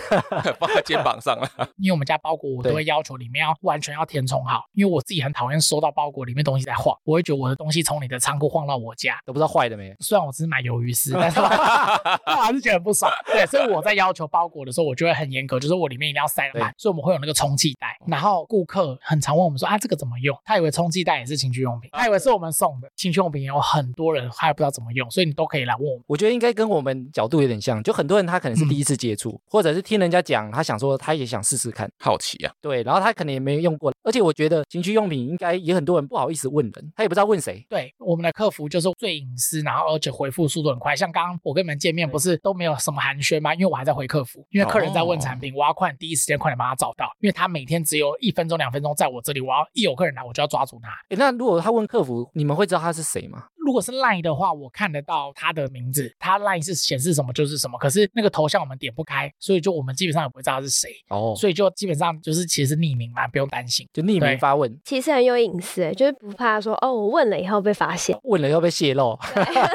[SPEAKER 2] 放在肩膀上了，
[SPEAKER 4] 因为我们家包裹我
[SPEAKER 1] 对
[SPEAKER 4] 都会要求里面要完全要填充好，因为我自己很讨厌收到包裹里面东西在晃，我会觉得我的东西从你的仓库晃到我家。
[SPEAKER 1] 都不知道坏了没。
[SPEAKER 4] 虽然我只是买鱿鱼丝，但是我但我还是觉得很不爽。对，所以我在要求包裹的时候，我就会很严格，就是我里面一定要塞得满。所以我们会有那个充气袋，然后顾客很常问我们说啊，这个怎么用？他以为充气袋也是情趣用品，他以为是我们送的。情趣用品也有很多人他也不知道怎么用，所以你都可以来问我们。
[SPEAKER 1] 我觉得应该跟我们角度有点像，就很多人他可能是
[SPEAKER 4] 嗯
[SPEAKER 1] 第一次接触，或者是听人家讲，他想说他也想试试看，
[SPEAKER 2] 好奇啊，
[SPEAKER 1] 对，然后他可能也没用过，而且我觉得情趣用品应该也很多人不好意思问人，他也不知道问谁，
[SPEAKER 4] 对，我们的客服就是最隐私，然后而且回复速度很快。像刚刚我跟你们见面，不是都没有什么寒暄吗？因为我还在回客服，因为客人在问产品，我要快第一时间快点把他找到，因为他每天只有一分钟、两分钟在我这里，我要一有客人来我就要抓住他。
[SPEAKER 1] 诶那如果他问客服，你们会知道他是谁吗？
[SPEAKER 4] 如果是 LINE 的话，我看得到他的名字，他 LINE 是显示什么就是什么，可是那个头像我们点不开，所以就我们基本上也不会知道他是谁，
[SPEAKER 1] 哦，
[SPEAKER 4] 所以就基本上就是其实是匿名啦，不用担心。
[SPEAKER 1] 就匿
[SPEAKER 4] 对
[SPEAKER 1] 名发问，
[SPEAKER 3] 其实很有隐私、欸，就是不怕说哦，我问了以后被发现。
[SPEAKER 1] 问了要被泄露，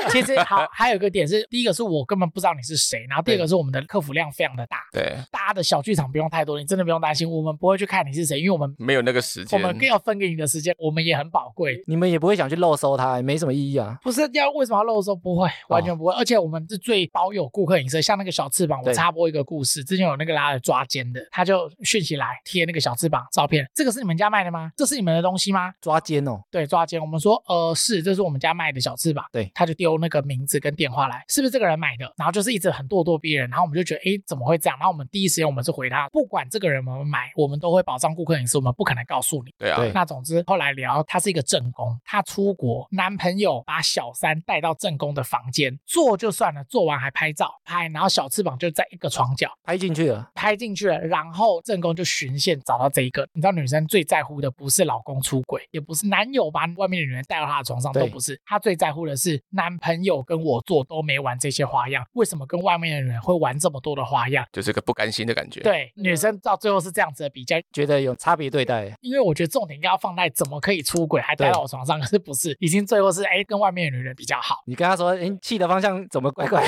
[SPEAKER 4] 其实好，还有一个点是，第一个是我根本不知道你是谁，然后第二个是我们的客服量非常的大，
[SPEAKER 2] 对，
[SPEAKER 4] 大家的小剧场不用太多，你真的不用担心，我们不会去看你是谁，因为我们
[SPEAKER 2] 没有那个嗯时
[SPEAKER 4] 我
[SPEAKER 2] 间，嗯
[SPEAKER 4] 们更要分给你的时间，我们也很宝贵。
[SPEAKER 1] 你们也不会想去漏搜他，也没什么意义啊。
[SPEAKER 4] 不是要为什么要露的时候不会，完
[SPEAKER 2] 哦
[SPEAKER 4] 全不会，而且我们是最保有顾客隐私。像那个小翅膀，
[SPEAKER 1] 对
[SPEAKER 4] 我插播一个故事，之前有那个拉人抓奸的，他就讯息来贴那个小翅膀照片，这个是你们家卖的吗？这是你们的东西吗？
[SPEAKER 1] 抓奸哦，
[SPEAKER 4] 对，抓奸，我们说呃是，这是我们家卖的小翅膀，
[SPEAKER 1] 对
[SPEAKER 4] 他就丢那个名字跟电话来，是不是这个人买的？然后就是一直很咄咄逼人，然后我们就觉得诶怎么会这样？然后我们第一时间我们是回他，不管这个人有没有买，我们都会保障顾客隐私，我们不可能告诉你。
[SPEAKER 2] 对啊，
[SPEAKER 1] 对
[SPEAKER 4] 那总之后来聊，他是一个正宫，他出国，男朋友把把小三带到正宫的房间，做就算了，做完还拍照拍，然后小翅膀就在一个床角
[SPEAKER 1] 拍进去了。
[SPEAKER 4] 拍进去了，然后正宫就循线找到这一个。你知道女生最在乎的不是老公出轨，也不是男友把外面的女人带到她的床上，
[SPEAKER 1] 对
[SPEAKER 4] 都不是，她最在乎的是男朋友跟我做都没玩这些花样，为什么跟外面的女人会玩这么多的花样？
[SPEAKER 2] 就是个不甘心的感觉。，
[SPEAKER 4] 对，女生到最后是这样子的比较，
[SPEAKER 1] 觉得有差别对待，
[SPEAKER 4] 因为我觉得重点应该要放在怎么可以出轨还
[SPEAKER 1] 对
[SPEAKER 4] 带到我床上，可是不是，已经最后是哎跟外面的女人比较好。
[SPEAKER 1] 你跟他说，哎，气的方向怎么怪怪？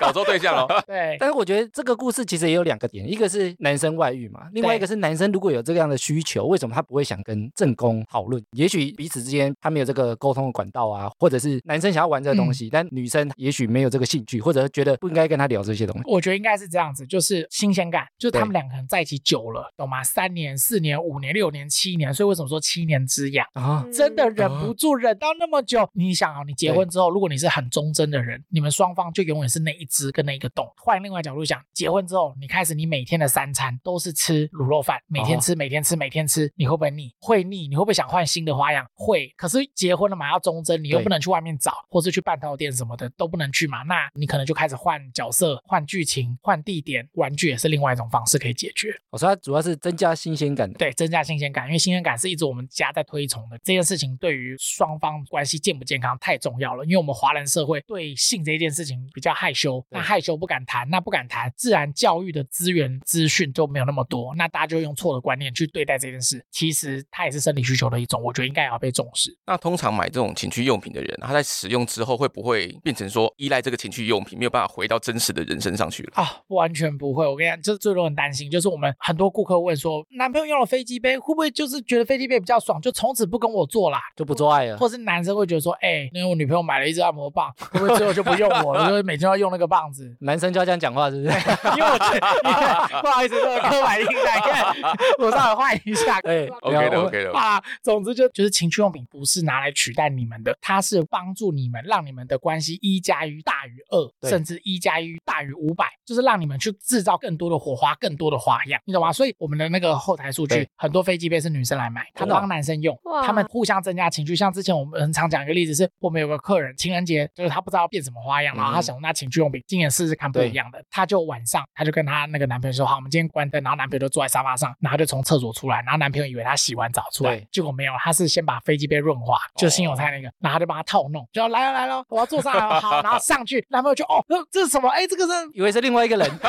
[SPEAKER 2] 搞错对象 了。
[SPEAKER 4] 对，
[SPEAKER 1] 但是我觉得这个故事其实也有两个点，一个是男生外遇嘛，另外一个是男生如果有这样的需求，为什么他不会想跟正宫讨论？也许彼此之间他没有这个沟通的管道啊，或者是男生想要玩这
[SPEAKER 4] 嗯
[SPEAKER 1] 个东西，但女生也许没有这个兴趣，或者觉得不应该跟他聊这些东西。
[SPEAKER 4] 我觉得应该是这样子，就是新鲜感，就是他
[SPEAKER 1] 对
[SPEAKER 4] 们两个人在一起久了，懂吗？三年、四年、五年、六年、七年，所以为什么说七年之痒？
[SPEAKER 1] 啊，
[SPEAKER 4] 真的忍不住忍到那么久，你想啊，你结婚之后，如果你是很忠贞的人，你们双方就永远是那一只跟那一个洞。换另外角度想，结婚之后，你开始你每天的三餐都是吃卤肉饭，每天吃，每天吃，每天吃，你会不会腻？会腻，你会不会想换新的花样？会。可是结婚了嘛，要忠贞，你又
[SPEAKER 1] 对
[SPEAKER 4] 不能去外面找，或是去半套店什么的都不能去嘛，那你可能就开始换角色、换剧情、换地点，玩具也是另外一种方式可以解决。
[SPEAKER 1] 我说它主要是增加新鲜感的。
[SPEAKER 4] 对，增加新鲜感，因为新鲜感是一直我们家在推崇的这件事情，对于双方关系健不健康太重要了。因为我们华人社会对性这件事情比较害羞，那
[SPEAKER 1] 对
[SPEAKER 4] 害羞不敢谈，那不敢谈，自然教育的资源资讯就没有那么多，那大家就用错的观念去对待这件事。其实它也是生理需求的一种，我觉得应该也要被重视。
[SPEAKER 2] 那通常买这种情趣用品的人，他在使用之后会不会变成说依赖这个情趣用品，没有办法回到真实的人身上去了？
[SPEAKER 4] 啊，完全不会。我跟你讲，就是最多人担心，就是我们很多顾客问说，男朋友用了飞机杯，会不会就是觉得飞机杯比较爽，就从此不跟我做啦？
[SPEAKER 1] 就不做爱了，。
[SPEAKER 4] 或是男生会觉得说，哎、因为我女朋友买了一支按摩棒，会不会最后就不用我了？就会每天要用那个棒子
[SPEAKER 1] 男生就要这样讲话，是不是？
[SPEAKER 4] 因为我觉得，因为不好意思，这个刻板印象，看我稍微换一下。
[SPEAKER 1] 哎
[SPEAKER 2] OK 的
[SPEAKER 1] 我
[SPEAKER 2] OK 的
[SPEAKER 4] 啊，总之就就是情趣用品不是拿来取代你们的，它是帮助你们，让你们的关系一加一大于二，
[SPEAKER 1] 对
[SPEAKER 4] 甚至一加一大于五百，就是让你们去制造更多的火花，更多的花样，你懂吗？所以我们的那个后台数据
[SPEAKER 1] 对，
[SPEAKER 4] 很多飞机杯是女生来买，她
[SPEAKER 1] 真的哦
[SPEAKER 4] 帮男生用，
[SPEAKER 3] 哇
[SPEAKER 4] 他们互相增加情趣。像之前我们很常讲一个例子是，我们有个客人情人节，就是他不知道变什么花样，然后他
[SPEAKER 2] 嗯
[SPEAKER 4] 想拿情趣用品，今年试试看不一
[SPEAKER 1] 对
[SPEAKER 4] 样的，她就晚上她就跟她那个男朋友说，好，我们今天关灯，然后男朋友就坐在沙发上，然后就从厕所出来，然后男朋友以为她洗完澡出来
[SPEAKER 1] 对，
[SPEAKER 4] 结果没有，他是先把飞机杯润滑，就新有菜那个，然后他就把他套弄，就说来了来了，我要坐上来 了，好，然后上去，男朋友就哦，呃这是什么？哎，这个是，
[SPEAKER 1] 以为是另外一个人，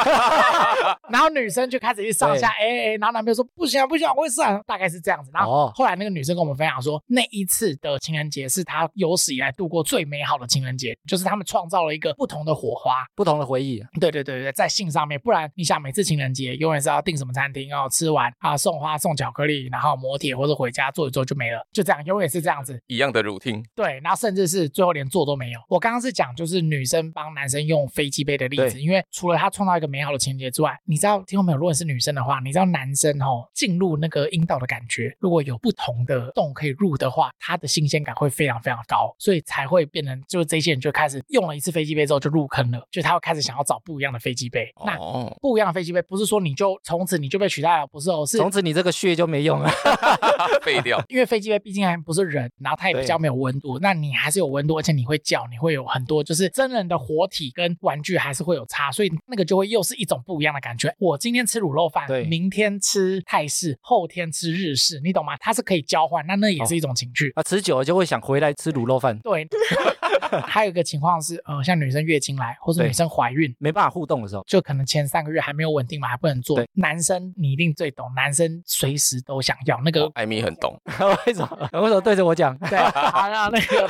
[SPEAKER 4] 然后女生就开始一直上下，哎哎，然后男朋友说不行啊不行啊，我也是啊，大概是这样子。然后
[SPEAKER 1] 哦
[SPEAKER 4] 后来那个女生跟我们分享说，那一次的情人节是她有史以来度过最美好的情人节，就是他们创造了一个不同的火花，
[SPEAKER 1] 不同的回忆。啊
[SPEAKER 4] 对对对对，在性上面，不然你想每次情人节永远是要订什么餐厅哦，吃完啊送花送巧克力，然后磨铁或者回家做一做就没了，就这样，永远是这样子。
[SPEAKER 2] 一样的 routine，
[SPEAKER 4] 对，然后甚至是最后连做都没有。我刚刚是讲就是女生帮男生用飞机杯的例子，
[SPEAKER 1] 对
[SPEAKER 4] 因为除了她创造一个美好的情人节之外，你知道听众朋友，如果你是女生的话，你知道男生哦进入那个阴道的感觉，如果有不同的洞可以入的话，他的新鲜感会非常非常高，所以才会变成就是这些人就开始用了一次飞机杯之后就入坑了，就他会开始想要找不一样的飞机杯。那
[SPEAKER 2] 哦，
[SPEAKER 4] 不一样的飞机杯不是说你就从此你就被取代了，不是哦，是
[SPEAKER 1] 从此你这个血就没用了。
[SPEAKER 2] 废 掉
[SPEAKER 4] 因为飞机杯毕竟还不是人，然后它也比
[SPEAKER 1] 对
[SPEAKER 4] 较没有温度，那你还是有温度，而且你会叫，你会有很多就是真人的活体跟玩具还是会有差，所以那个就会又是一种不一样的感觉。我今天吃卤肉饭，
[SPEAKER 1] 对
[SPEAKER 4] 明天吃泰式，后天吃日式，你懂吗？它是可以交换，那那也是一种情趣。
[SPEAKER 1] 啊，吃久了就会想回来吃卤肉饭，
[SPEAKER 4] 对，还有一个情况是，呃，像女生月经来，或是
[SPEAKER 1] 对
[SPEAKER 4] 女生怀孕，
[SPEAKER 1] 没办法互动的时候，
[SPEAKER 4] 就可能前三个月还没有稳定嘛，还不能做
[SPEAKER 1] 对。
[SPEAKER 4] 男生你一定最懂，男生随时都想要那个
[SPEAKER 2] 艾米很懂，
[SPEAKER 1] 为什么？ 为什么对着我讲？
[SPEAKER 4] 对，好让那个，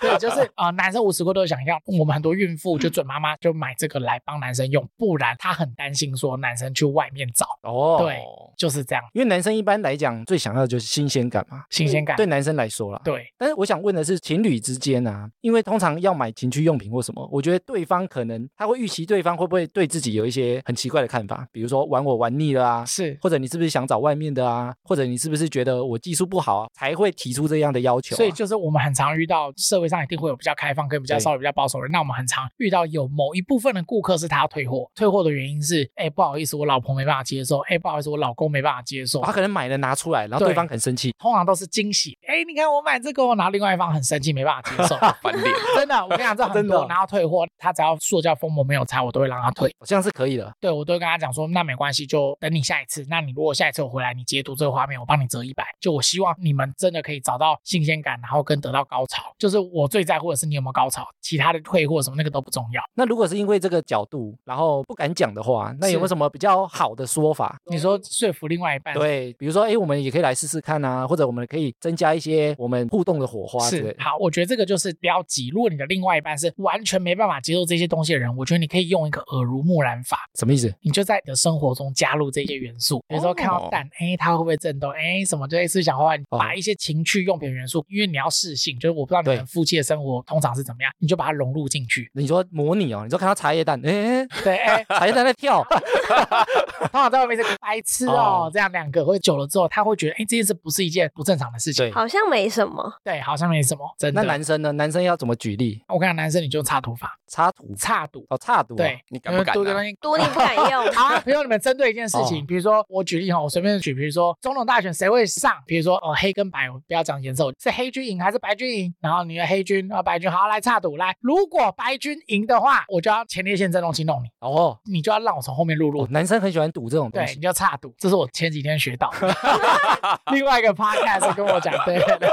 [SPEAKER 4] 对，就是啊、呃男生无时无刻都想要。我们很多孕妇就准妈妈就买这个来帮男生用，不然她很担心说男生去外面找，
[SPEAKER 1] 哦，
[SPEAKER 4] 对就是这样，
[SPEAKER 1] 因为男生一般来讲最想要的就是新鲜感嘛，
[SPEAKER 4] 新鲜感。
[SPEAKER 1] 对男生来说啦。
[SPEAKER 4] 对
[SPEAKER 1] 但是我想问的是，情侣之间啊，因为通常要买情趣用品或什么，我觉得对方可能他会预期对方会不会对自己有一些很奇怪的看法，比如说玩我玩腻了啊，
[SPEAKER 4] 是
[SPEAKER 1] 或者你是不是想找外面的啊，或者你是不是觉得我技术不好啊，才会提出这样的要求啊、
[SPEAKER 4] 所以就是我们很常遇到社会上一定会有比较开放跟比较
[SPEAKER 1] 对
[SPEAKER 4] 稍微比较保守的人，那我们很常遇到有某一部分的顾客是他要退货，退货的原因是，哎，不好意思，我老婆没办法接受，哎，不好意思，我老公没办法接受
[SPEAKER 1] 哦。他可能买了拿出来，然后
[SPEAKER 4] 对
[SPEAKER 1] 对方很生气，
[SPEAKER 4] 通常都是惊喜，哎，你看我买这个，然后另外一方很生气，没办法接受，
[SPEAKER 2] 翻脸。
[SPEAKER 4] 真的，我跟你讲这 很
[SPEAKER 1] 真的
[SPEAKER 4] 多，然后退货，他只要塑胶封膜没有拆，我都会让他退。
[SPEAKER 1] 好像是可以的。
[SPEAKER 4] 对我都会跟他讲说，那没关系，就等你下一次。那你如果下一次我回来，你截图这个画面，我帮你折一百。就我希望你们真的可以找到新鲜感，然后跟得到高潮。就是我最在乎的是你有没有高潮，其他的退货什么那个都不重要。
[SPEAKER 1] 那如果是因为这个角度，然后不敢讲的话，那有没有
[SPEAKER 4] 是
[SPEAKER 1] 什么比较好的说法？
[SPEAKER 4] 你说说服另外一半，，
[SPEAKER 1] 对，比如说，哎，我们也可以来试试看啊，或者我们可以增加一些我们互动的火花之类
[SPEAKER 4] 是
[SPEAKER 1] 的。
[SPEAKER 4] 好。我觉得这个就是不要急。如果你的另外一半是完全没办法接受这些东西的人，我觉得你可以用一个耳濡目染法，
[SPEAKER 1] 什么意思？
[SPEAKER 4] 你就在你的生活中加入这些元素，比如说看到蛋，哎、它会不会震动？哎、什么就类似想画，你
[SPEAKER 1] 哦
[SPEAKER 4] 把一些情趣用品元素，因为你要试性，就是我不知道你
[SPEAKER 1] 对。
[SPEAKER 4] 们夫妻的生活通常是怎么样，你就把它融入进去
[SPEAKER 1] 你说模拟哦，你说看到茶叶蛋，哎，
[SPEAKER 4] 对，哎、
[SPEAKER 1] 茶叶蛋在 跳，
[SPEAKER 4] 通常在外面是白痴哦，
[SPEAKER 1] 哦
[SPEAKER 4] 这样两个，或者久了之后，他会觉得，哎、这件事不是一件不正常的事情。
[SPEAKER 1] 对。
[SPEAKER 3] 好像没什么，
[SPEAKER 4] 对，好像没什么，真
[SPEAKER 1] 那
[SPEAKER 4] 的。
[SPEAKER 1] 男生呢？男生要怎么举例？
[SPEAKER 4] 我看男生你就用插图法，
[SPEAKER 1] 插图
[SPEAKER 4] 插图，
[SPEAKER 1] 哦，插图、啊。
[SPEAKER 4] 对，
[SPEAKER 2] 你敢不敢啊
[SPEAKER 4] 多一个东西。
[SPEAKER 3] 多你不敢用
[SPEAKER 4] 好，比如你们针对一件事情，
[SPEAKER 1] 哦
[SPEAKER 4] 比如说我举例哈，我随便举，比如说总统大选谁会上？比如说哦，黑跟白，我不要讲颜色，是黑军赢还是白军赢？然后你的黑军啊，白军好来插赌来，如果白军赢的话，我就要前列腺震动器弄你，
[SPEAKER 1] 哦
[SPEAKER 4] 你就要让我从后面入
[SPEAKER 1] 哦
[SPEAKER 4] 入，。
[SPEAKER 1] 男生很喜欢赌这种东
[SPEAKER 4] 对，你
[SPEAKER 1] 西。
[SPEAKER 4] 就插赌，这是我前几天学到的。另外一个 podcast 跟我讲，对对 对，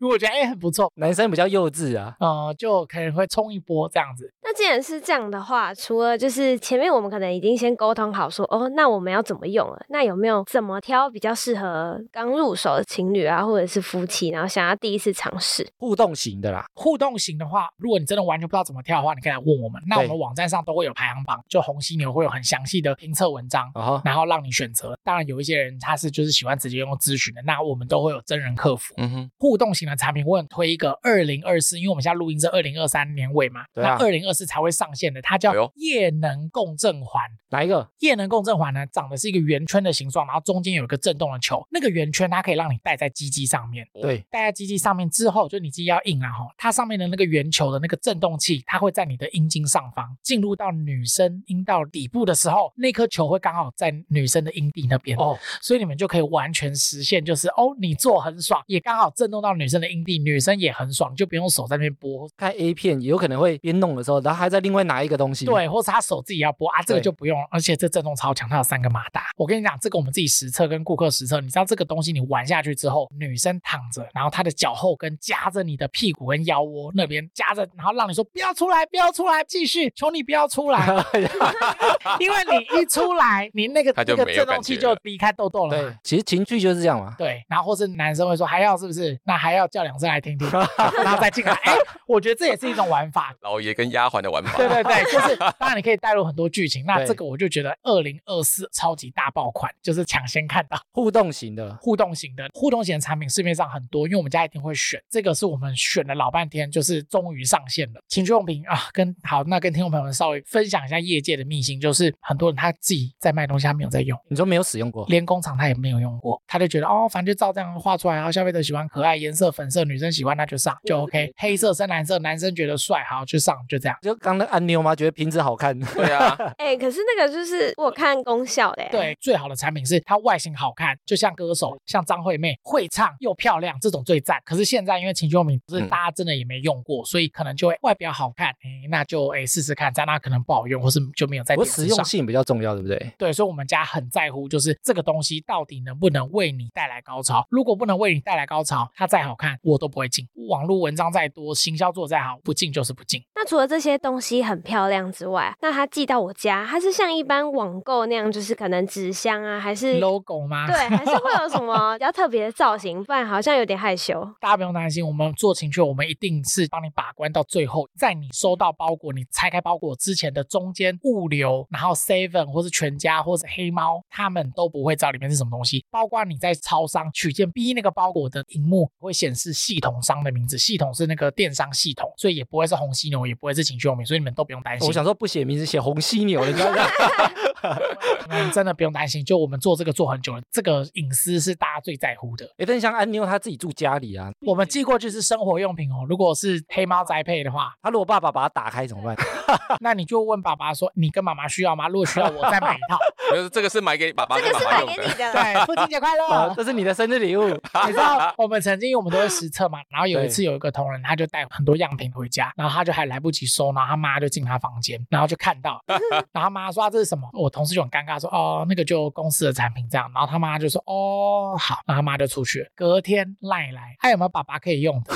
[SPEAKER 4] 因为我觉得哎、很不错，
[SPEAKER 1] 男生比较幼稚啊，
[SPEAKER 4] 呃，就可能会冲一波这样子。
[SPEAKER 3] 那既然是这样的话，除了就是前面我们可能已经先沟通好说，哦，那我们要怎么用了？那有没有怎么挑比较适合刚入手的情侣啊，或者是夫妻，然后想要第一次尝试？
[SPEAKER 1] 互动型的啦。
[SPEAKER 4] 互动型的话，如果你真的完全不知道怎么跳的话，你可以来问我们。那我们网站上都会有排行榜，就红犀牛会有很详细的评测文章，
[SPEAKER 1] 哦，
[SPEAKER 4] 然后让你选择。当然，有一些人他是就是喜欢直接用咨询的，那我们都会有真人客服。
[SPEAKER 2] 嗯哼，
[SPEAKER 4] 互动型的产品，我很推一个二零二四，因为我们现在录音是二零二三年尾嘛，
[SPEAKER 1] 对啊
[SPEAKER 4] 那二零二四才会上线的，它
[SPEAKER 2] 哎
[SPEAKER 4] 叫
[SPEAKER 2] 呦
[SPEAKER 4] 液能共振环。
[SPEAKER 1] 哪一个？
[SPEAKER 4] 液能共振环呢，长的是一个圆圈的形状，然后中间有一个震动的球，那个圆圈它可以让你戴在鸡鸡上面。
[SPEAKER 1] 对，
[SPEAKER 4] 戴在机器上面之后，就你自己要硬啊吼，它上面的那个圆球的那个振动器，它会在你的阴茎上方进入到女生阴道底部的时候，那颗球会刚好在女生的阴蒂那边，
[SPEAKER 1] 哦，
[SPEAKER 4] 所以你们就可以完全实现，就是哦，你做很爽，也刚好震动到女生的阴蒂，女生也很爽，就不用手在那边拨。
[SPEAKER 1] 看 A 片也有可能会边弄的时候，然后还在另外拿一个东西。
[SPEAKER 4] 对，或是他手自己要拨啊，这个
[SPEAKER 1] 对
[SPEAKER 4] 就不用了，而且这震动超强，它有三个马达。我跟你讲，这个我们自己实测跟顾客实测，你知道这个东西你玩下去之后，女生躺着，然后她的脚后跟夹着你的屁股跟腰窝那边夹着，然后让你说不要出来，不要出来，继续，求你不要 出来，因为你一出来，你那个
[SPEAKER 2] 她就
[SPEAKER 4] 那个
[SPEAKER 2] 没有
[SPEAKER 4] 震
[SPEAKER 2] 感
[SPEAKER 4] 动器
[SPEAKER 2] 觉
[SPEAKER 4] 就
[SPEAKER 2] 了
[SPEAKER 4] 离开痘痘了
[SPEAKER 1] 对
[SPEAKER 4] 嘛。，
[SPEAKER 1] 其实情趣就是这样嘛。
[SPEAKER 4] 对，然后或是男生会说还要是不是？那还要叫两声来听 听，然后再进来。哎，我觉得这也是一种玩法，
[SPEAKER 2] 老爷跟丫鬟的玩 法，
[SPEAKER 4] 对对对，就是当然你可以带入很多剧情。那
[SPEAKER 1] 对
[SPEAKER 4] 这个我就觉得二零二四超级大爆款，就是抢先看到
[SPEAKER 1] 互动型的，
[SPEAKER 4] 互动型的互动型的产品，市面上很多，因为我们家一定会选。这个是我们选了老半天，就是终于上线了。情趣用品啊，跟好那跟听众朋友们稍微分享一下业界的秘辛，就是很多人他自己在卖东西，他没有在用。
[SPEAKER 1] 你说没有使用过？
[SPEAKER 4] 连工厂他也没有用过，他就觉得哦，反正就照这样画出来，然后消费者喜欢可爱颜色，粉色女生喜欢那就上就 OK，黑色深蓝色男生觉得帅，好就上就这样。
[SPEAKER 1] 就刚刚那按钮吗？觉得瓶子好 看。
[SPEAKER 2] 对啊，
[SPEAKER 3] 哎、可是那个就是我看功效的、欸，
[SPEAKER 4] 对，最好的产品是它外形好看，就像歌手，像张惠妹，会唱又漂亮，这种最赞。可是现在因为情趣用品不是
[SPEAKER 2] 嗯
[SPEAKER 4] 大家真的也没用过，所以可能就会外表好看，哎，那就哎试试看，在那可能不好用，或是就没有在
[SPEAKER 1] 我
[SPEAKER 4] 电视
[SPEAKER 1] 实用
[SPEAKER 4] 上。
[SPEAKER 1] 性比较重要，对不对？
[SPEAKER 4] 对，所以我们家很在乎，就是这个东西到底能不能为你带来高潮。如果不能为你带来高潮，它再好看我都不会进。网络文章再多，行销做再好，不进就是不进。
[SPEAKER 3] 那除了这些东西很漂亮之外，那它寄到我家，它是像一般网购那样，就是可能纸箱啊，还
[SPEAKER 1] 嗯
[SPEAKER 3] 是
[SPEAKER 4] logo 吗？
[SPEAKER 3] 对，还是会有什么比较特别的造型，不然好像有点害羞。
[SPEAKER 4] 大家不用担心，我们做情趣，我们一定是帮你把关到最后，在你收到包裹、你拆开包裹之前的中间物流，然后 Seven 或是全家或是黑猫，他们都不会知道里面是什么东西。包括你在超商取件 B 那个包裹的荧幕会显示系统商的名字，系统是那个电商系统，所以也不会是红犀牛，也不会是情趣用品，所以你们都不用担心。
[SPEAKER 1] 我想说不写名字，写红犀牛，人 家
[SPEAKER 4] 你们真的不用担心，就我们做这个做很久了，这个隐私是大家最在乎的。
[SPEAKER 1] 哎，但像安妞她自己住家里啊，
[SPEAKER 4] 我们寄过去是生活用品哦，如果是黑猫宅配的话，
[SPEAKER 1] 她如果爸爸把它打开怎么办？
[SPEAKER 4] 那你就问爸爸说，你跟妈妈需要吗？如果需要，我再买一 套。
[SPEAKER 2] 就是这个是买给爸爸
[SPEAKER 3] 这
[SPEAKER 2] 跟
[SPEAKER 3] 个
[SPEAKER 2] 妈
[SPEAKER 3] 是
[SPEAKER 2] 妈
[SPEAKER 3] 买
[SPEAKER 2] 用
[SPEAKER 3] 给
[SPEAKER 2] 的
[SPEAKER 3] 你。的，
[SPEAKER 4] 对，父亲节快
[SPEAKER 1] 啊
[SPEAKER 4] 乐！
[SPEAKER 1] 这是你的生日礼物，
[SPEAKER 4] 你 知道我们曾经我们都会实测嘛，然后有一
[SPEAKER 1] 对
[SPEAKER 4] 次有一个同仁，他就带很多样品回家，然后他就还来不及收，然后他妈就进他房间，然后就 看到，然后他妈说、啊、这是什么？我同事就很尴尬说哦，那个就公司的产品这样，然后他妈就说哦好，然后他妈就出去了。隔天赖来，还有没有爸爸可以用的？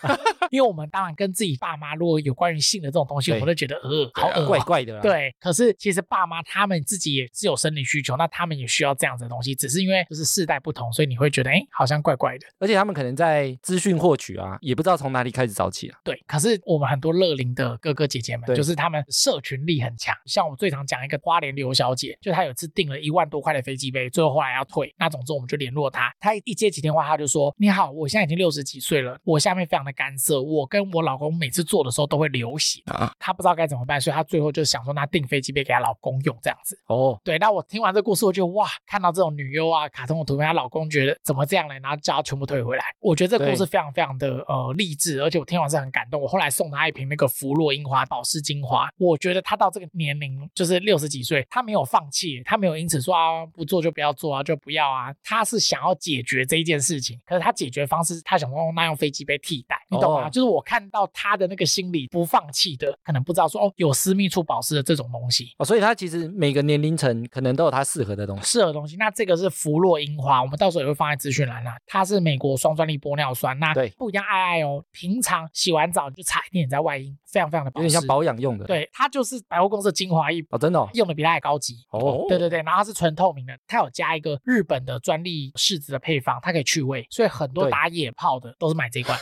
[SPEAKER 4] 因为我们当然跟自己爸妈如果有关于性的这种东西，我
[SPEAKER 1] 对啊
[SPEAKER 4] 们都觉得呃 好恶、
[SPEAKER 1] 怪怪的啦。
[SPEAKER 4] 对，可是其实爸妈他们自己也是有生理需求，那他们也需要这样子的东西，只是因为就是世代不同，所以你会觉得哎、诶好像怪怪的。
[SPEAKER 1] 而且他们可能在资讯获取啊，也不知道从哪里开始找起啊。
[SPEAKER 4] 对，可是我们很多乐龄的哥哥姐姐们，
[SPEAKER 1] 对
[SPEAKER 4] 就是他们社群力很强。像我最常讲一个花莲刘小姐，就她有一次订了一万多块的飞机杯，最后后来要退。那总之我们就联络她，她一接起电话，她就说：“你好，我现在已经六十几岁了，我下面非常的干涩，我跟我老公每次做的时候都会流血
[SPEAKER 2] 啊。”
[SPEAKER 4] 她不知道该怎么办，所以她最后就想说，那订飞机杯给她老公用这样子。
[SPEAKER 1] 哦，
[SPEAKER 4] 对，那我听完这故事，我就哇，看到这种女优啊，卡通的图片，她老公觉得怎么这样嘞，然后叫她全部退回来。我觉得这故事
[SPEAKER 1] 对
[SPEAKER 4] 非常非常的呃励志，而且我听完是很感动。我后来送她一瓶那个芙洛樱花保湿精华，我觉得她到这个年龄，就是六十几岁，她没有放弃，她没有因此说啊不做就不要做啊就不要啊，她是想要解决这一件事情，可是她解决方式，她想用那用飞机杯替代，你懂吗？
[SPEAKER 1] 哦
[SPEAKER 4] 就是我看到她的那个心理不放弃的，可能不知道说哦有私密处保湿的这种东西，
[SPEAKER 1] 哦，所以它其实每个年龄层可能都有它适合的东西。
[SPEAKER 4] 适合的东西。那这个是弗洛樱花，我们到时候也会放在资讯栏啦。它是美国双专利玻尿酸，那
[SPEAKER 1] 对
[SPEAKER 4] 不一样爱爱哦。平常洗完澡你就擦一点点在外阴，非常非常的保
[SPEAKER 1] 有
[SPEAKER 4] 湿，
[SPEAKER 1] 点像保养用的，
[SPEAKER 4] 对，它就是百货公司的精华液，
[SPEAKER 1] 哦，真的 哦，
[SPEAKER 4] 用的比它还高级。
[SPEAKER 1] 哦
[SPEAKER 4] 对对对，然后它是纯透明的，它有加一个日本的专利柿子的配方，它可以去味，所以很多
[SPEAKER 1] 对
[SPEAKER 4] 打野炮的都是买这一 罐，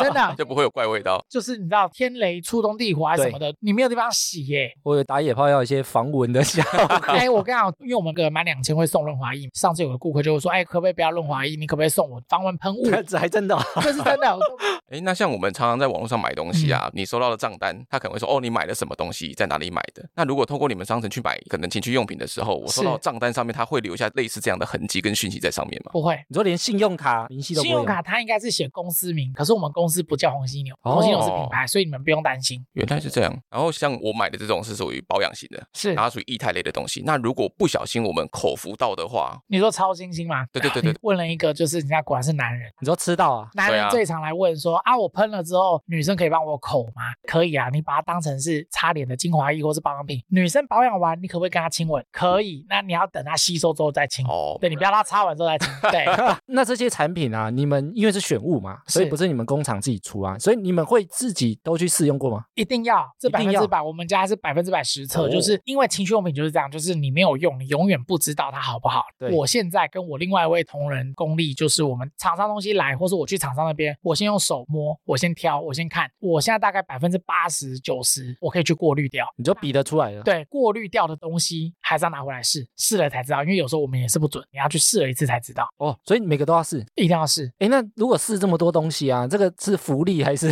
[SPEAKER 4] 真的。啊
[SPEAKER 2] 就不会有怪味道。
[SPEAKER 4] 就是你知道天雷触动地火还是什么的，你没有地方洗耶、
[SPEAKER 1] 我有打野炮要有一些防蚊的 效果
[SPEAKER 4] 哎、我跟你讲，因为我们个满两千会送润滑液，上次有个顾客就会说，哎、可不可以不要润滑液？你可不可以送我防蚊 喷雾？
[SPEAKER 1] 这还真的哦、
[SPEAKER 4] 这是真的，
[SPEAKER 2] 哎，那像我们常常在网络上买东西啊，
[SPEAKER 4] 嗯
[SPEAKER 2] 你收到了账单，他可能会说哦，你买了什么东西，在哪里买的？那如果通过你们商城去买可能情趣用品的时候，我收到
[SPEAKER 4] 是
[SPEAKER 2] 账单上面，它会留下类似这样的痕迹跟讯息在上面吗？
[SPEAKER 4] 不会。
[SPEAKER 1] 你说连信用卡明细都不
[SPEAKER 4] 信
[SPEAKER 1] 会有
[SPEAKER 4] 用卡它应该是写公司名，可是我们公司不叫红犀牛，红犀牛
[SPEAKER 2] 哦
[SPEAKER 4] 是品牌，所以你们不用担心。
[SPEAKER 2] 原来是这样。然后像我买的这种是属于保养型的，
[SPEAKER 4] 是
[SPEAKER 2] 然后属于液态类的东西。那如果不小心我们口服到的话，
[SPEAKER 4] 你说超新星吗？
[SPEAKER 2] 对对对对
[SPEAKER 4] 你问了一个，就是人家果然是男人，
[SPEAKER 1] 你说吃到啊？
[SPEAKER 4] 男
[SPEAKER 2] 对
[SPEAKER 4] 人
[SPEAKER 2] 啊
[SPEAKER 4] 最常来问说啊，我喷了之后，女生可以帮我口吗？可以啊，你把它当成是擦脸的精华液或是保养品。女生保养完，你可不可以跟她亲吻？可以，那你要等她吸收之后再亲。
[SPEAKER 2] 哦，
[SPEAKER 4] 嗯对，你不要让她擦完之后 再亲。对，
[SPEAKER 1] 那这些产品啊，你们因为是选物嘛，所以
[SPEAKER 4] 是
[SPEAKER 1] 不是你们工厂自己出啊，所以你们会自己都去试用过吗？
[SPEAKER 4] 一定要，这
[SPEAKER 1] 一
[SPEAKER 4] 百
[SPEAKER 1] 定
[SPEAKER 4] 分之
[SPEAKER 1] 要
[SPEAKER 4] 百，我们家是百分之百实测，
[SPEAKER 1] 哦
[SPEAKER 4] 就是因为情趣用品就是这样，就是你没有用，你永远不知道它好不好。
[SPEAKER 1] 对
[SPEAKER 4] 我现在跟我另外一位同仁功力，就是我们厂商东西来，或是我去厂商那边，我先用手摸，我先挑，我先看，我现在大概百分之八十九十，我可以去过滤掉。
[SPEAKER 1] 你就比得出来了。
[SPEAKER 4] 对，过滤掉的东西还是要拿回来试，试了才知道，因为有时候我们也是不准，你要去试了一次才知道，
[SPEAKER 1] 哦，所以你每个都要试。
[SPEAKER 4] 一定 要试。
[SPEAKER 1] 哎，那如果试这么多东西啊，这个是福利还是？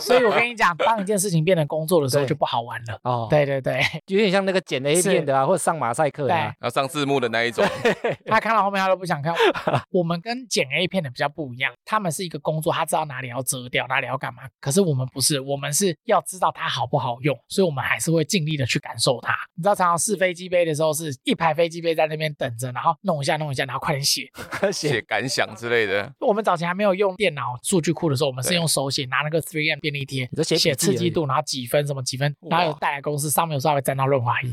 [SPEAKER 4] 所以我跟你讲，当一件事情变成工作的时候，
[SPEAKER 1] 对
[SPEAKER 4] 就不好玩了。
[SPEAKER 1] 哦，，
[SPEAKER 4] 对对对，
[SPEAKER 1] 有点像那个剪 A
[SPEAKER 4] 是
[SPEAKER 1] 片的啊，或者上马赛克的啊。
[SPEAKER 2] 然后上字幕的那一种，
[SPEAKER 4] 他看到后面他都不想看。 我们跟剪 A 片的比较不一样，他们是一个工作，他知道哪里要遮掉，哪里要干嘛。可是我们不是，我们是要知道它好不好用，所以我们还是会尽力的去感受它。你知道，常常试飞机杯的时候是一排飞机杯在那边等着，然后弄一下弄一下，然后快点写。
[SPEAKER 2] 写感想之类 的，
[SPEAKER 4] 我们早前还没有用电脑数据库的时候，我们是
[SPEAKER 2] 对
[SPEAKER 4] 用手写，拿那个 Three M 便利贴
[SPEAKER 1] 你就写笔
[SPEAKER 4] 写
[SPEAKER 1] 记
[SPEAKER 4] 刺
[SPEAKER 1] 而已
[SPEAKER 4] 激度，然后几分什么几分，
[SPEAKER 2] 哇
[SPEAKER 4] 然后有带来公司，上面有时候还会沾到 润滑液。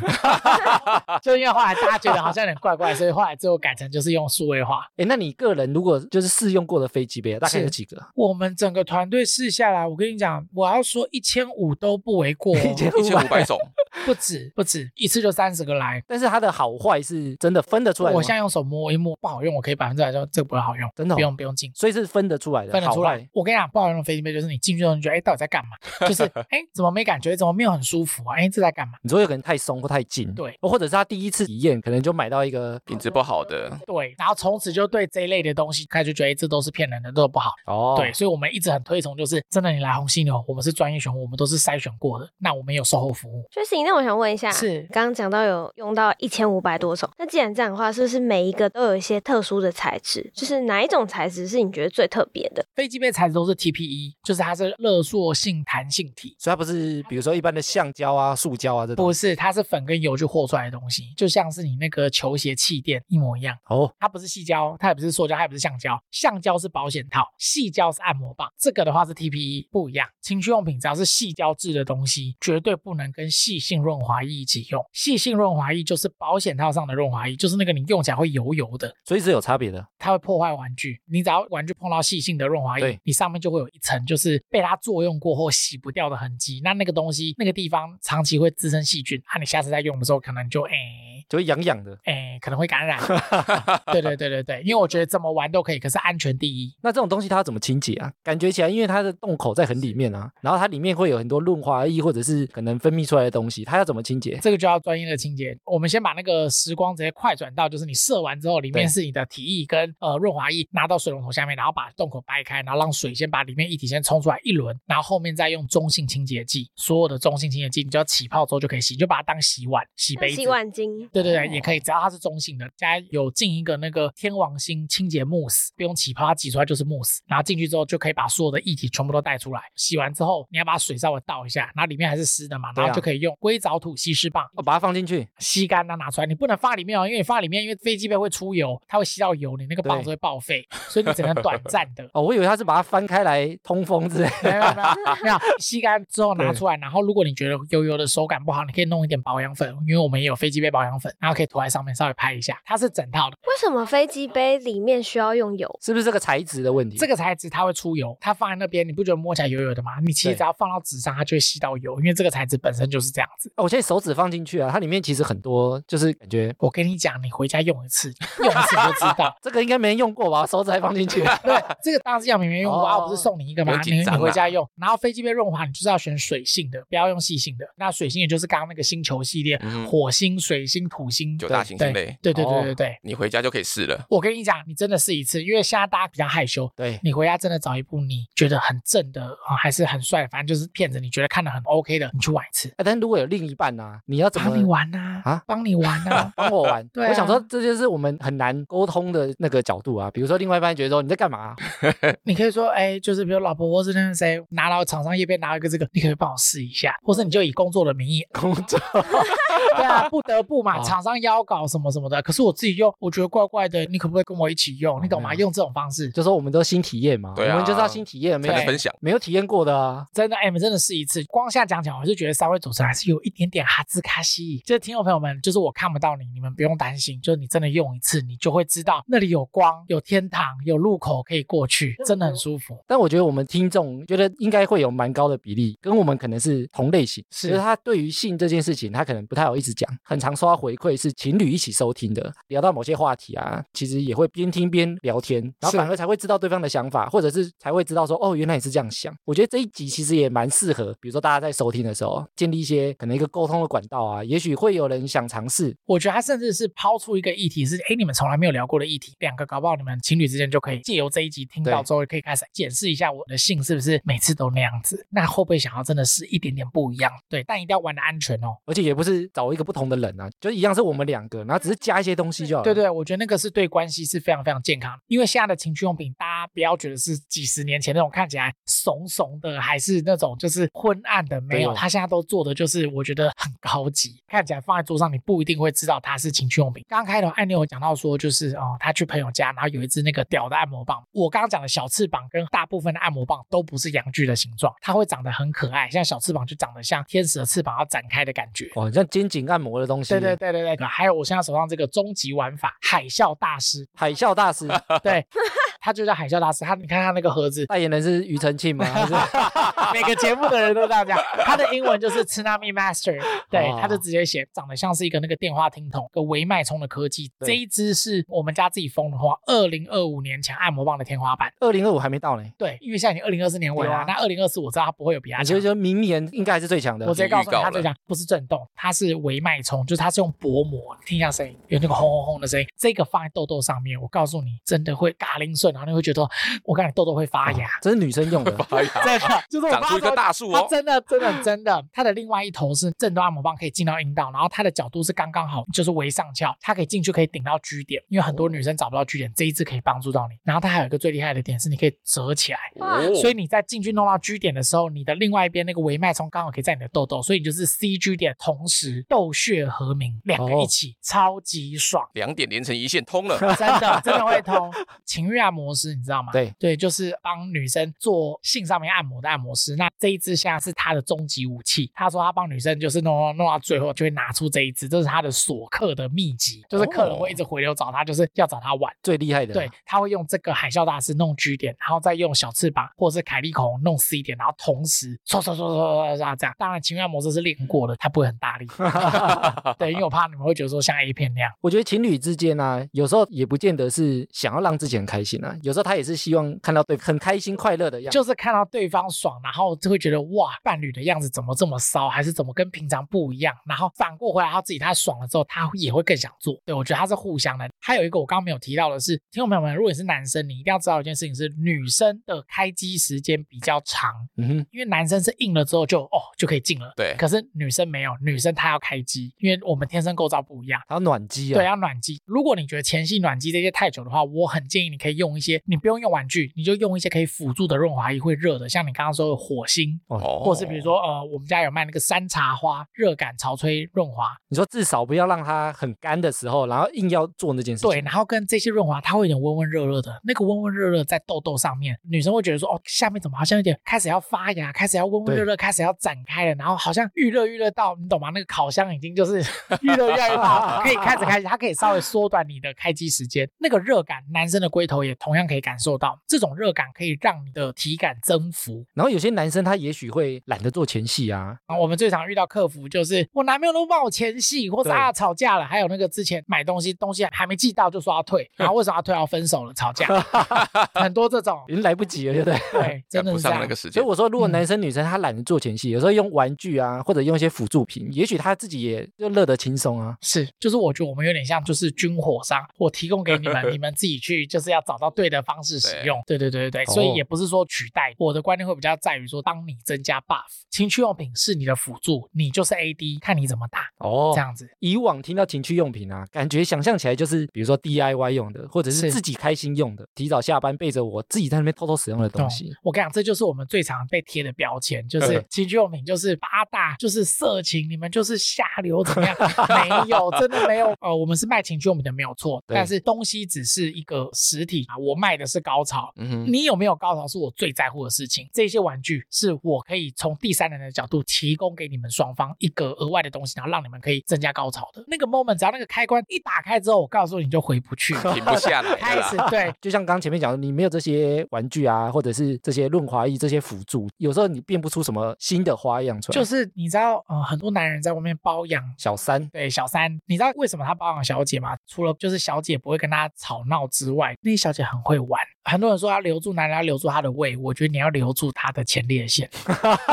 [SPEAKER 4] 就因为后来大家觉得好像有点怪怪，所以后来最后改成就是用数位化。
[SPEAKER 1] 哎，那你个人如果就是试用过的飞机杯，大概
[SPEAKER 4] 是哦
[SPEAKER 1] 有几个？
[SPEAKER 4] 我们整个团队试下来，我跟你讲，我要说一千五都不为 过、哦，
[SPEAKER 2] 一千五百种，
[SPEAKER 4] 不止不止，一次就三十个来。
[SPEAKER 1] 但是它的好坏是真的分得出来的吗，
[SPEAKER 4] 我现在用手摸一摸，不好用，我可以百分之百说这个不会好用，
[SPEAKER 1] 真的哦
[SPEAKER 4] 不用不用进。
[SPEAKER 1] 所以是分得出来的，
[SPEAKER 4] 分得出
[SPEAKER 1] 好
[SPEAKER 4] 来
[SPEAKER 1] 坏。。
[SPEAKER 4] 我跟你讲，不好用的飞机杯就是你进去之后你觉得，哎，到底在干嘛？ 就是哎，怎么没感觉？怎么没有很舒服啊？哎，这在干嘛？
[SPEAKER 1] 你说有可能太松或太紧，哦
[SPEAKER 4] 对
[SPEAKER 1] 或者是他第一次体验可能就买到一个
[SPEAKER 2] 品质不好 的，
[SPEAKER 4] 对，然后从此就对这一类的东西开始觉得，哎，这都是骗人的，都不好。
[SPEAKER 1] 哦，
[SPEAKER 4] 对，，所以我们一直很推崇，就是真的你来红犀牛，我们是专业选户，我们都是筛选过的，那我们有售后服务。
[SPEAKER 3] 所以，那我想问一下，
[SPEAKER 4] 是
[SPEAKER 3] 刚刚讲到有用到一千五百多种，那既然这样的话，是不是每一个都有一些特殊的材质？就是哪一种材质是你觉得最特别的？
[SPEAKER 4] 飞机杯材质都是 TPE，就是它是热塑性弹性体。
[SPEAKER 1] 所以它不是比如说一般的橡胶啊、塑胶啊这种，
[SPEAKER 4] 不是，它是粉跟油去和出来的东西，就像是你那个球鞋气垫一模一样。
[SPEAKER 1] 哦，
[SPEAKER 4] 它不是细胶，它也不是塑胶，它也不是橡胶。橡胶是保险套，细胶是按摩棒。这个的话是 TPE，不一样。情趣用品只要是细胶制的东西，绝对不能跟细性润滑液一起用。细性润滑液就是保险套上的润滑液，就是那个你用起来会油油的，
[SPEAKER 1] 所以是有差别的。
[SPEAKER 4] 它会破坏玩具。你只要玩具碰到细性的润滑液
[SPEAKER 1] 对，
[SPEAKER 4] 你上面就会有一层就是被它作用过后洗不掉的痕迹。那那个东西，那个地方长期会滋生细菌，那、你下次再用的时候，可能就哎。
[SPEAKER 1] 就会痒痒的，
[SPEAKER 4] 哎，可能会感染。对对对对对，因为我觉得怎么玩都可以，可是安全第一。
[SPEAKER 1] 那这种东西它要怎么清洁啊？感觉起来，因为它的洞口在很里面啊，然后它里面会有很多润滑液或者是可能分泌出来的东西，它要怎么清洁？
[SPEAKER 4] 这个就要专业的清洁。我们先把那个时光直接快转到，就是你射完之后，里面
[SPEAKER 1] 对
[SPEAKER 4] 是你的体液跟呃润滑液拿到水龙头下面，然后把洞口掰开，然后让水先把里面液体先冲出来一轮，然后后面再用中性清洁剂。所有的中性清洁剂，你就要起泡之后就可以洗，你就把它当洗碗、洗杯子。
[SPEAKER 3] 洗碗巾，嗯
[SPEAKER 4] 对对对，也可
[SPEAKER 1] 哦
[SPEAKER 4] 以，只要它是中性的，加有进一个那个天王星清洁慕斯，不用起泡，它挤出来就是慕斯，然后进去之后就可以把所有的液体全部都带出来。洗完之后，你要把水稍微倒一下，然后里面还是湿的嘛，
[SPEAKER 1] 对啊
[SPEAKER 4] 然后就可以用硅藻土稀释棒
[SPEAKER 1] 哦，把它放进去，
[SPEAKER 4] 吸干它拿出来。你不能放在里面哦，因为你放在里面，因为飞机杯会出油，它会吸到油，你那个棒子
[SPEAKER 1] 对。
[SPEAKER 4] 会报废，所以你只能短暂的
[SPEAKER 1] 哦，我以为它是把它翻开来通风之类
[SPEAKER 4] 没
[SPEAKER 1] 的。
[SPEAKER 4] 有没有没有没有，吸干之后拿出来，然后如果你觉得油油的手感不好，你可以弄一点保养粉，因为我们也有飞机杯保养粉，然后可以涂在上面稍微拍一下，它是整套的。
[SPEAKER 3] 为什么飞机杯里面需要用油？
[SPEAKER 1] 是不是这个材质的问题？
[SPEAKER 4] 这个材质它会出油，它放在那边你不觉得摸起来油油的吗？你其实
[SPEAKER 1] 对
[SPEAKER 4] 只要放到纸上，它就会吸到油，因为这个材质本身就是这样子。
[SPEAKER 1] 哦，我现在手指放进去啊，它里面其实很多，就是感觉。
[SPEAKER 4] 我跟你讲，你回家用一次，用一次你就知道
[SPEAKER 1] 这个应该没人用过吧？手指还放 进去，
[SPEAKER 4] 对，这个当然是要明明用过啊，
[SPEAKER 1] 哦
[SPEAKER 4] 我不是送你一个吗
[SPEAKER 2] 有？
[SPEAKER 4] 你
[SPEAKER 2] 紧张啊
[SPEAKER 4] 你回家用。然后飞机杯润滑，你就是要选水性的，不要用细性的。那水性也就是刚刚那个星球系列，
[SPEAKER 2] 嗯
[SPEAKER 4] 火星、水星、土星
[SPEAKER 2] 九大
[SPEAKER 4] 对
[SPEAKER 2] 行星类，
[SPEAKER 4] 对对对对对
[SPEAKER 1] 哦
[SPEAKER 4] 对。
[SPEAKER 2] 你回家就可以试了。
[SPEAKER 4] 我跟你讲，你真的试一次，因为现在大家比较害羞，
[SPEAKER 1] 对，
[SPEAKER 4] 你回家真的找一部你觉得很正的啊、还是很帅的，反正就是骗子，你觉得看的很 OK 的，你去玩一次。
[SPEAKER 1] 哎，但如果有另一半啊，你要怎么
[SPEAKER 4] 帮你玩呐、
[SPEAKER 1] 啊
[SPEAKER 4] 帮你玩呐、
[SPEAKER 1] 帮我玩？
[SPEAKER 4] 对啊
[SPEAKER 1] 我想说这就是我们很难沟通的那个角度啊。比如说另外一半觉得说你在干嘛啊、
[SPEAKER 4] 你可以说，哎，就是比如老婆或是那个谁拿到厂商页边拿到一个这个，你可不可以帮我试一下，或是你就以工作的名义，
[SPEAKER 1] 工作
[SPEAKER 4] 对啊，不得不嘛，
[SPEAKER 1] 啊
[SPEAKER 4] 厂商邀稿什么什么的，可是我自己用，我觉得怪怪的，你可不可以跟我一起用？你懂吗？
[SPEAKER 1] 嗯
[SPEAKER 4] 用这种方式，
[SPEAKER 1] 就说我们都新体验嘛，
[SPEAKER 2] 对啊
[SPEAKER 1] 我们就是要新体验，没
[SPEAKER 2] 才
[SPEAKER 1] 有
[SPEAKER 2] 能分 享，
[SPEAKER 1] 没有体验过的啊。
[SPEAKER 4] 真的，哎，你们真的试一次。光下讲讲，我就觉得三位主持人还是有一点点哈兹卡西。就是听众朋友们，就是我看不到你，你们不用担心，就是你真的用一次，你就会知道那里有光、有天堂、有路口可以过去，真的很舒服。
[SPEAKER 1] 但我觉得我们听众觉得应该会有蛮高的比例，跟我们可能是同类型，
[SPEAKER 4] 是
[SPEAKER 1] 就是他对于性这件事情，他可能不太好意思讲，很常收到回馈是情侣一起收听的，聊到某些话题啊，其实也会边听边聊天，然
[SPEAKER 4] 是
[SPEAKER 1] 后反而才会知道对方的想法，或者是才会知道说哦，原来你是这样想。我觉得这一集其实也蛮适合，比如说大家在收听的时候，建立一些可能一个沟通的管道啊，也许会有人想尝试，
[SPEAKER 4] 我觉得他甚至是抛出一个议题是，哎，你们从来没有聊过的议题，两个搞不好你们情侣之间就可以借由这一集听到
[SPEAKER 1] 对
[SPEAKER 4] 之后，可以开始检视一下我的性是不是每次都那样子，那会不会想要真的是一点点不一样？对，但一定要玩的安全哦。
[SPEAKER 1] 而且也不是找一个不同的人啊，就一样是我们两个，然后只是加一些东西就好了。
[SPEAKER 4] 对对，我觉得那个是对关系是非常非常健康的，因为现在的情趣用品，大家家不要觉得是几十年前那种看起来怂怂的，还是那种就是昏暗的，没有，
[SPEAKER 1] 对
[SPEAKER 4] 他现在都做的就是我觉得很高级，看起来放在桌上你不一定会知道它是情趣用品。刚刚开头按钮有讲到说，就是哦，他去朋友家，然后有一只那个屌的按摩棒，我刚刚讲的小翅膀跟大部分的按摩棒都不是阳具的形状，它会长得很可爱，像小翅膀就长得像天使的翅膀要展开的感觉。
[SPEAKER 1] 哦，像肩颈按摩的东西，
[SPEAKER 4] 对对，对对对，还有我现在手上这个终极玩法海啸大师，
[SPEAKER 1] 海啸大 师
[SPEAKER 4] 对，他就叫海啸大师。他你看他那个盒子，
[SPEAKER 1] 代言人是庾澄 庆吗？还是
[SPEAKER 4] 每个节目的人都这样讲。他的英文就是 Tsunami Master，对
[SPEAKER 1] 哦，
[SPEAKER 4] 他就直接写，长得像是一个那个电话听筒，一个微脉冲的科技。
[SPEAKER 1] 对
[SPEAKER 4] 这一支是我们家自己封的话，二零二五年前按摩棒的天花板。
[SPEAKER 1] 二零二五还没 到呢？
[SPEAKER 4] 对，因为现在已经二零二四年尾了，
[SPEAKER 1] 对啊
[SPEAKER 4] 那二零二四我知道它不会有比它
[SPEAKER 1] 你
[SPEAKER 4] 强
[SPEAKER 1] 就。觉得明年应该还是最强的
[SPEAKER 4] 我直接告诉
[SPEAKER 2] 预
[SPEAKER 4] 你，
[SPEAKER 2] 告
[SPEAKER 4] 它最
[SPEAKER 2] 了
[SPEAKER 4] 强不是震动，它是微脉冲，就是它是用薄膜，听一下声音，有那个轰轰轰的声音。这个放在痘痘上面，我告诉你，真的会嘎铃顺，然后你会觉得，我告诉你，痘痘会发芽。
[SPEAKER 1] 这是女生用啊 的
[SPEAKER 2] 哎呀，
[SPEAKER 4] 这个就是
[SPEAKER 2] 哦
[SPEAKER 4] 我
[SPEAKER 2] 长
[SPEAKER 4] 爸
[SPEAKER 2] 出一棵
[SPEAKER 4] 说
[SPEAKER 2] 大树
[SPEAKER 4] 它
[SPEAKER 2] 哦。
[SPEAKER 4] 真的真的真的，它的另外一头是正的按摩棒可以进到阴道，然后它的角度是刚刚好，就是微上翘，它可以进去可以顶到 G 点，因为很多女生找不到 G 点，这一支可以帮助到你。然后它还有一个最厉害的点是你可以折起来。
[SPEAKER 3] 哇
[SPEAKER 2] 哦
[SPEAKER 4] 所以你在进去弄到 G 点的时候，你的另外一边那个微脉冲刚好可以在你的痘痘，所以你就是 C G 点同时痘血合鸣，两个一起，超级爽。
[SPEAKER 2] 两点连成一线通 了，
[SPEAKER 4] 真的真的会通。情欲按摩师，你知道吗？
[SPEAKER 1] 对
[SPEAKER 4] 对，就是帮女生做性上面按摩的按摩师。那这一支现在是他的终极武器。他说他帮女生就是弄弄弄到最后，就会拿出这一支，这是他的锁客的秘籍，就是客人会一直回流找他，就是要找他玩。
[SPEAKER 1] 最厉害的，
[SPEAKER 4] 对，，他会用这个海啸大师弄 G 点，然后再用小翅膀或者是凯利口红弄 C 点，然后同时唰唰唰唰唰唰这样。当然，情欲按摩师是练过的，他不会很大力。对，因为我怕你们会觉得说像 A 片那样。
[SPEAKER 1] 我觉得情侣之间啊，有时候也不见得是想要让自己很开心啊，有时候他也是希望看到对很开心快乐的样子。
[SPEAKER 4] 就是看到对方爽，然后就会觉得哇，伴侣的样子怎么这么骚，还是怎么跟平常不一样？然后反过回来，他自己他爽了之后，他也会更想做。对我觉得他是互相的。还有一个我刚刚没有提到的是，听众朋友们，如果你是男生，你一定要知道一件事情是，女生的开机时间比较长，
[SPEAKER 1] 嗯哼，
[SPEAKER 4] 因为男生是硬了之后就哦就可以进了，
[SPEAKER 2] 对
[SPEAKER 4] 可是女生没有，女生她要开机，因为我们天生构造不一样。
[SPEAKER 1] 还有暖机啊，
[SPEAKER 4] 对，，要暖机。如果你觉得前戏暖机这些太久的话，我很建议你可以用一些，你不用用玩具，你就用一些可以辅助的润滑液，会热的，像你刚刚说的火星，
[SPEAKER 2] 哦
[SPEAKER 4] 或是比如说呃，我们家有卖那个山茶花热感潮吹润滑，
[SPEAKER 1] 你说至少不要让他很干的时候，然后硬要做那件事情。
[SPEAKER 4] 对，然后跟这些润滑，它会有点温温热热的，那个温温热热在痘痘上面，女生会觉得说，哦，下面怎么好像有点开始要发芽，开始要温温热热，开始要展开了，然后好像预热预热到，你懂吗？那个烤箱已经就是 预热越来越好，可以开始开始，它可以稍微缩短你的开机时间，那个热感，男生的龟头也同样可以感受到，这种热感可以让你的体感增幅。
[SPEAKER 1] 然后有些男生他也许会懒得做前戏啊，
[SPEAKER 4] 啊，我们最常遇到客服就是我男朋友都帮我前戏，或者
[SPEAKER 1] 对
[SPEAKER 4] 啊吵架了，还有那个之前买东西东西还没寄到就说要退，然后为什么要退？要分手了，吵架，很多这种
[SPEAKER 1] 已，经来不及了，对不对？
[SPEAKER 4] 对，真
[SPEAKER 2] 赶
[SPEAKER 4] 的
[SPEAKER 2] 不
[SPEAKER 4] 是这
[SPEAKER 2] 上
[SPEAKER 4] 样
[SPEAKER 2] 那。个时
[SPEAKER 1] 所
[SPEAKER 2] 间
[SPEAKER 1] 以。我说，如果
[SPEAKER 4] 嗯
[SPEAKER 1] 男生女生他懒得做前戏，有时候用玩具啊，或者用一些辅助品，也许他自己也就乐得轻松啊。
[SPEAKER 4] 是，就是我觉得我们有点像就是军火商，我提供给你们，你们自己去就是要找到对的方式使用。对对对对对，所以
[SPEAKER 1] 哦
[SPEAKER 4] 也不是说取代，我的观念会比较在于说，当你增加 buff，情趣用品是你的辅助，你就是 AD，看你怎么打，
[SPEAKER 1] 哦
[SPEAKER 4] 这样子。
[SPEAKER 1] 以往听到情趣用品啊，感觉想象起来就是比如说 DIY 用的，或者是
[SPEAKER 4] 是
[SPEAKER 1] 自己开心用的，提早下班背着我自己在那边偷偷使用的东西。
[SPEAKER 4] 我跟你讲，这就是我们最常被贴的标签，就是
[SPEAKER 2] 嗯
[SPEAKER 4] 情趣用品，就是八大，就是色情，你们就是下流怎 么样？没有，真的没有。呃，我们是卖情趣用品的，没有错，
[SPEAKER 1] 对
[SPEAKER 4] 但是东西只是一个实体啊，我卖的是高潮。
[SPEAKER 2] 嗯哼，
[SPEAKER 4] 你有没有高潮是我最在乎的事情。这些玩具是我可以从第三人的角度提供给你们双方一个额外的东西，然后让你们可以增加高潮的那个 moment。只要那个开关一打开之后，我告诉你就回不去，
[SPEAKER 2] 停不下来
[SPEAKER 4] 开
[SPEAKER 2] 了
[SPEAKER 4] 始
[SPEAKER 2] 啦。
[SPEAKER 4] 对
[SPEAKER 1] 就像刚前面讲的，你没有这些玩具啊，或者是这些润滑液、这些辅助，有时候你变不出什么新的花样出来。
[SPEAKER 4] 就是你知道，呃，很多男人在外面包养。
[SPEAKER 1] 小三，
[SPEAKER 4] 对小三，你知道为什么他包养小姐吗？除了就是小姐不会跟他吵闹之外，那些小姐很会玩。很多人说要留住男人，要留住他的胃，我觉得你要留住他的前列腺，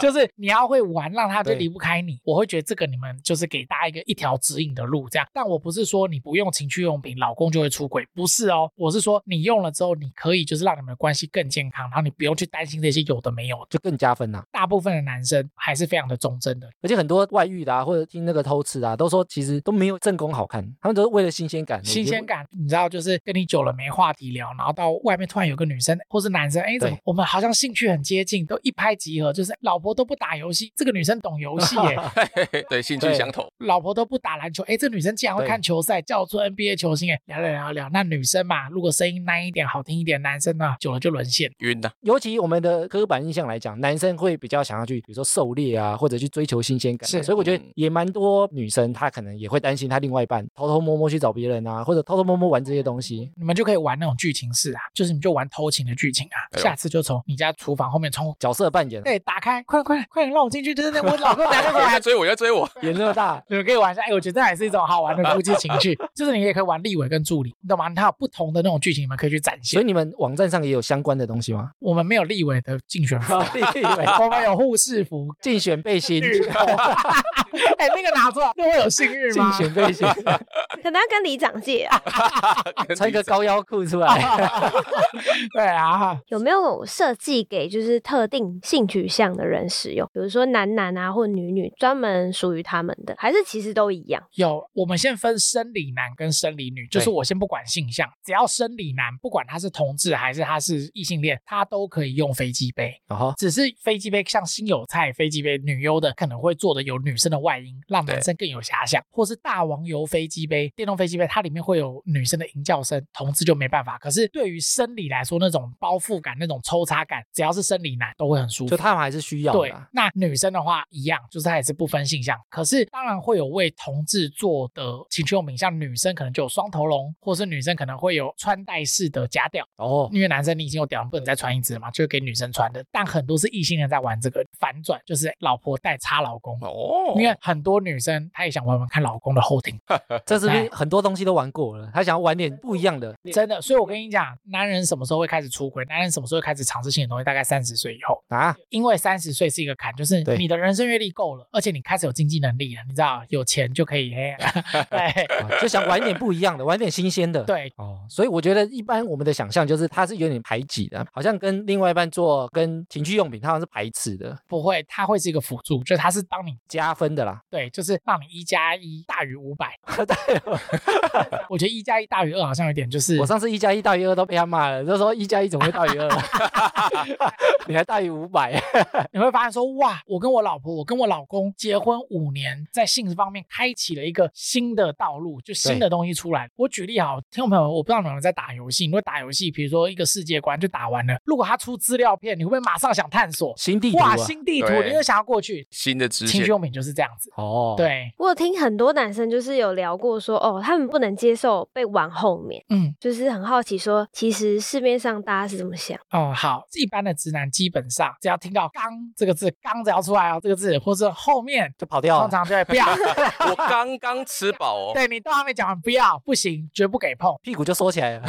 [SPEAKER 4] 就是你要会玩，让他就
[SPEAKER 1] 对
[SPEAKER 4] 离不开你。我会觉得这个你们就是给大家一个一条指引的路，这样。但我不是说你不用情趣用品，老公就会出轨，不是哦。我是说你用了之后，你可以就是让你们的关系更健康，然后你不用去担心这些有的没有的。
[SPEAKER 1] 就更加分呐、
[SPEAKER 4] 大部分的男生还是非常的忠贞的，
[SPEAKER 1] 而且很多外遇的啊，或者听那个偷吃的啊，都说其实都没有正宫好看，他们都是为了新鲜感。
[SPEAKER 4] 新鲜。感，你知道，就是跟你久了没话题聊，然后到外面突然有个女生或是男生，哎，怎么
[SPEAKER 1] 对
[SPEAKER 4] 我们好像兴趣很接近，都一拍即合，就是老婆都不打游戏，这个女生懂游戏耶、
[SPEAKER 2] 嘿嘿 对，兴趣相投，
[SPEAKER 4] 老婆都不打篮球，哎，这女生竟然会
[SPEAKER 1] 对
[SPEAKER 4] 看球赛，叫出 NBA 球星，哎，聊聊聊聊。那女生嘛，如果声音 nice 一点、好听一点，男生呢，久了就沦陷。
[SPEAKER 2] 晕 呐、
[SPEAKER 1] 尤其我们的刻板印象来讲，男生会比较想要去，比如说狩猎啊，或者去追求新鲜感。啊
[SPEAKER 4] 是
[SPEAKER 1] 所以我觉得
[SPEAKER 2] 嗯
[SPEAKER 1] 也蛮多女生她可能也会担心她另外一半偷偷摸摸去找别人啊，或者偷偷摸摸玩这些东西。
[SPEAKER 4] 你们就可以玩那种剧情式啊，就是你们就玩偷情的剧情啊，
[SPEAKER 2] 哎呦
[SPEAKER 4] 下次就从你家厨房后面冲，
[SPEAKER 1] 角色扮演
[SPEAKER 4] 对，打开，快点快点快点，让我进去，就是那我老公打开
[SPEAKER 2] 有人在
[SPEAKER 4] 玩。
[SPEAKER 2] 追我，有人 在追我，
[SPEAKER 1] 演这么 大，
[SPEAKER 4] 你们可以玩一下，哎，我觉得这也是一种好玩的夫妻情 趣，就是你也可以玩立委跟助理，你懂吗？它有不同的那种剧情，你们可以去展
[SPEAKER 1] 所
[SPEAKER 4] 现
[SPEAKER 1] 以。你们网站上也有相关的东西吗？
[SPEAKER 4] 我们没有立委的竞选服，
[SPEAKER 1] 哦立委
[SPEAKER 4] 我们有护 士服、
[SPEAKER 1] 竞选背心，
[SPEAKER 4] 哎、那个拿出来，那会有幸运
[SPEAKER 1] 竞
[SPEAKER 4] 吗？
[SPEAKER 1] 选背心，
[SPEAKER 3] 可能要跟里长借啊。
[SPEAKER 1] 穿个高腰裤出来。
[SPEAKER 4] 对啊，
[SPEAKER 3] 有没有设计给就是特定性取向的人使用？比如说男男啊，或女女，专门属于他们的，还是其实都一样？
[SPEAKER 4] 有。我们先分生理男跟生理女，就是
[SPEAKER 1] 对
[SPEAKER 4] 我先不管性向，只要生理男，不管他是同志还是他是异性恋，他都可以用飞机杯。
[SPEAKER 1] 然后
[SPEAKER 4] 只是飞机杯像新有菜飞机杯女优的可能会做的有女生的外阴，让男
[SPEAKER 2] 对
[SPEAKER 4] 生更有遐想，或是大王游飞机杯、电动飞机杯，它里面会有女生的吟叫声，同志就没办法。可是对于生理来说，那种包覆感、那种抽插感，只要是生理男都会很舒服。
[SPEAKER 1] 就他们还是需要的
[SPEAKER 4] 对
[SPEAKER 1] 啊，，
[SPEAKER 4] 那女生的话一样，就是她也是不分性向，可是当然会有为同志做的情趣用品，像女生可能就有双头龙，或是女生可能会有穿戴式的假屌，
[SPEAKER 1] 哦，
[SPEAKER 4] 因为男生你已经有屌，你不能再穿一只了嘛，就是给女生穿的。但很多是异性恋在玩这个反转，就是老婆带插老公。
[SPEAKER 2] 哦，
[SPEAKER 4] 因为很多女生她也想玩玩看老公的后庭，
[SPEAKER 1] 这是不
[SPEAKER 4] 哎
[SPEAKER 1] 是很多东西都玩过了？他想要玩点不一样的，
[SPEAKER 4] 真的。所以我跟你讲，男人什么时候会开始出轨？男人什么时候会开始尝试性的东西？大概三十岁以后。
[SPEAKER 1] 啊，
[SPEAKER 4] 因为三十岁是一个坎，就是
[SPEAKER 1] 对
[SPEAKER 4] 你的人生阅历够了，而且你开始有经济能力了，你知道有钱就可以， 嘿对
[SPEAKER 1] 啊就想玩点不一样的，玩点新鲜的。
[SPEAKER 4] 对，
[SPEAKER 1] 哦，所以我觉得一般我们的想象就是它是有点排挤的，好像跟另外一半做跟情趣用品，它好像是排斥的，
[SPEAKER 4] 不会，它会是一个辅助，就是它是帮你，
[SPEAKER 1] 加分的啦。
[SPEAKER 4] 对，就是让你一加一大于五百。
[SPEAKER 1] 对，
[SPEAKER 4] 我觉得一加一大于二好像有点就是
[SPEAKER 1] 我上次一加一大于二都被他骂了，就说一加一怎么会大于二？啊 你还大于五百？啊
[SPEAKER 4] 你会发现说，哇，我跟我老婆，我跟我老公结婚五年，在性方面开启了一个新的道路，就新的东西出来。我举例好，听众朋友，我不知道你们有没有在打游戏，你会打游戏，比如说一个世界观就打完了，如果他出资料片，你会不会马上想探索？
[SPEAKER 1] 新地图啊
[SPEAKER 4] 哇，！新地图，
[SPEAKER 2] 对
[SPEAKER 4] 你又想要过去。
[SPEAKER 2] 新的支
[SPEAKER 4] 情趣
[SPEAKER 2] 线，
[SPEAKER 4] 用品就是这样子，
[SPEAKER 1] 哦，，
[SPEAKER 4] 对，
[SPEAKER 3] 我有听很多男生就是有聊过说，哦，他们不能接受被玩后面，
[SPEAKER 4] 嗯，
[SPEAKER 3] 就是很好奇说，其实市面上大家是怎么想？
[SPEAKER 4] 哦，好，一般的直男基本上只要听到“刚”这个字，“刚”只要出来哦，这个字，或是后面，
[SPEAKER 1] 就跑掉
[SPEAKER 4] 通
[SPEAKER 1] 了。
[SPEAKER 4] 常就会不要，
[SPEAKER 2] 我刚刚吃饱哦，
[SPEAKER 4] 对你到后面讲完不要，不行，绝不给碰。
[SPEAKER 1] 屁股就缩起 来了，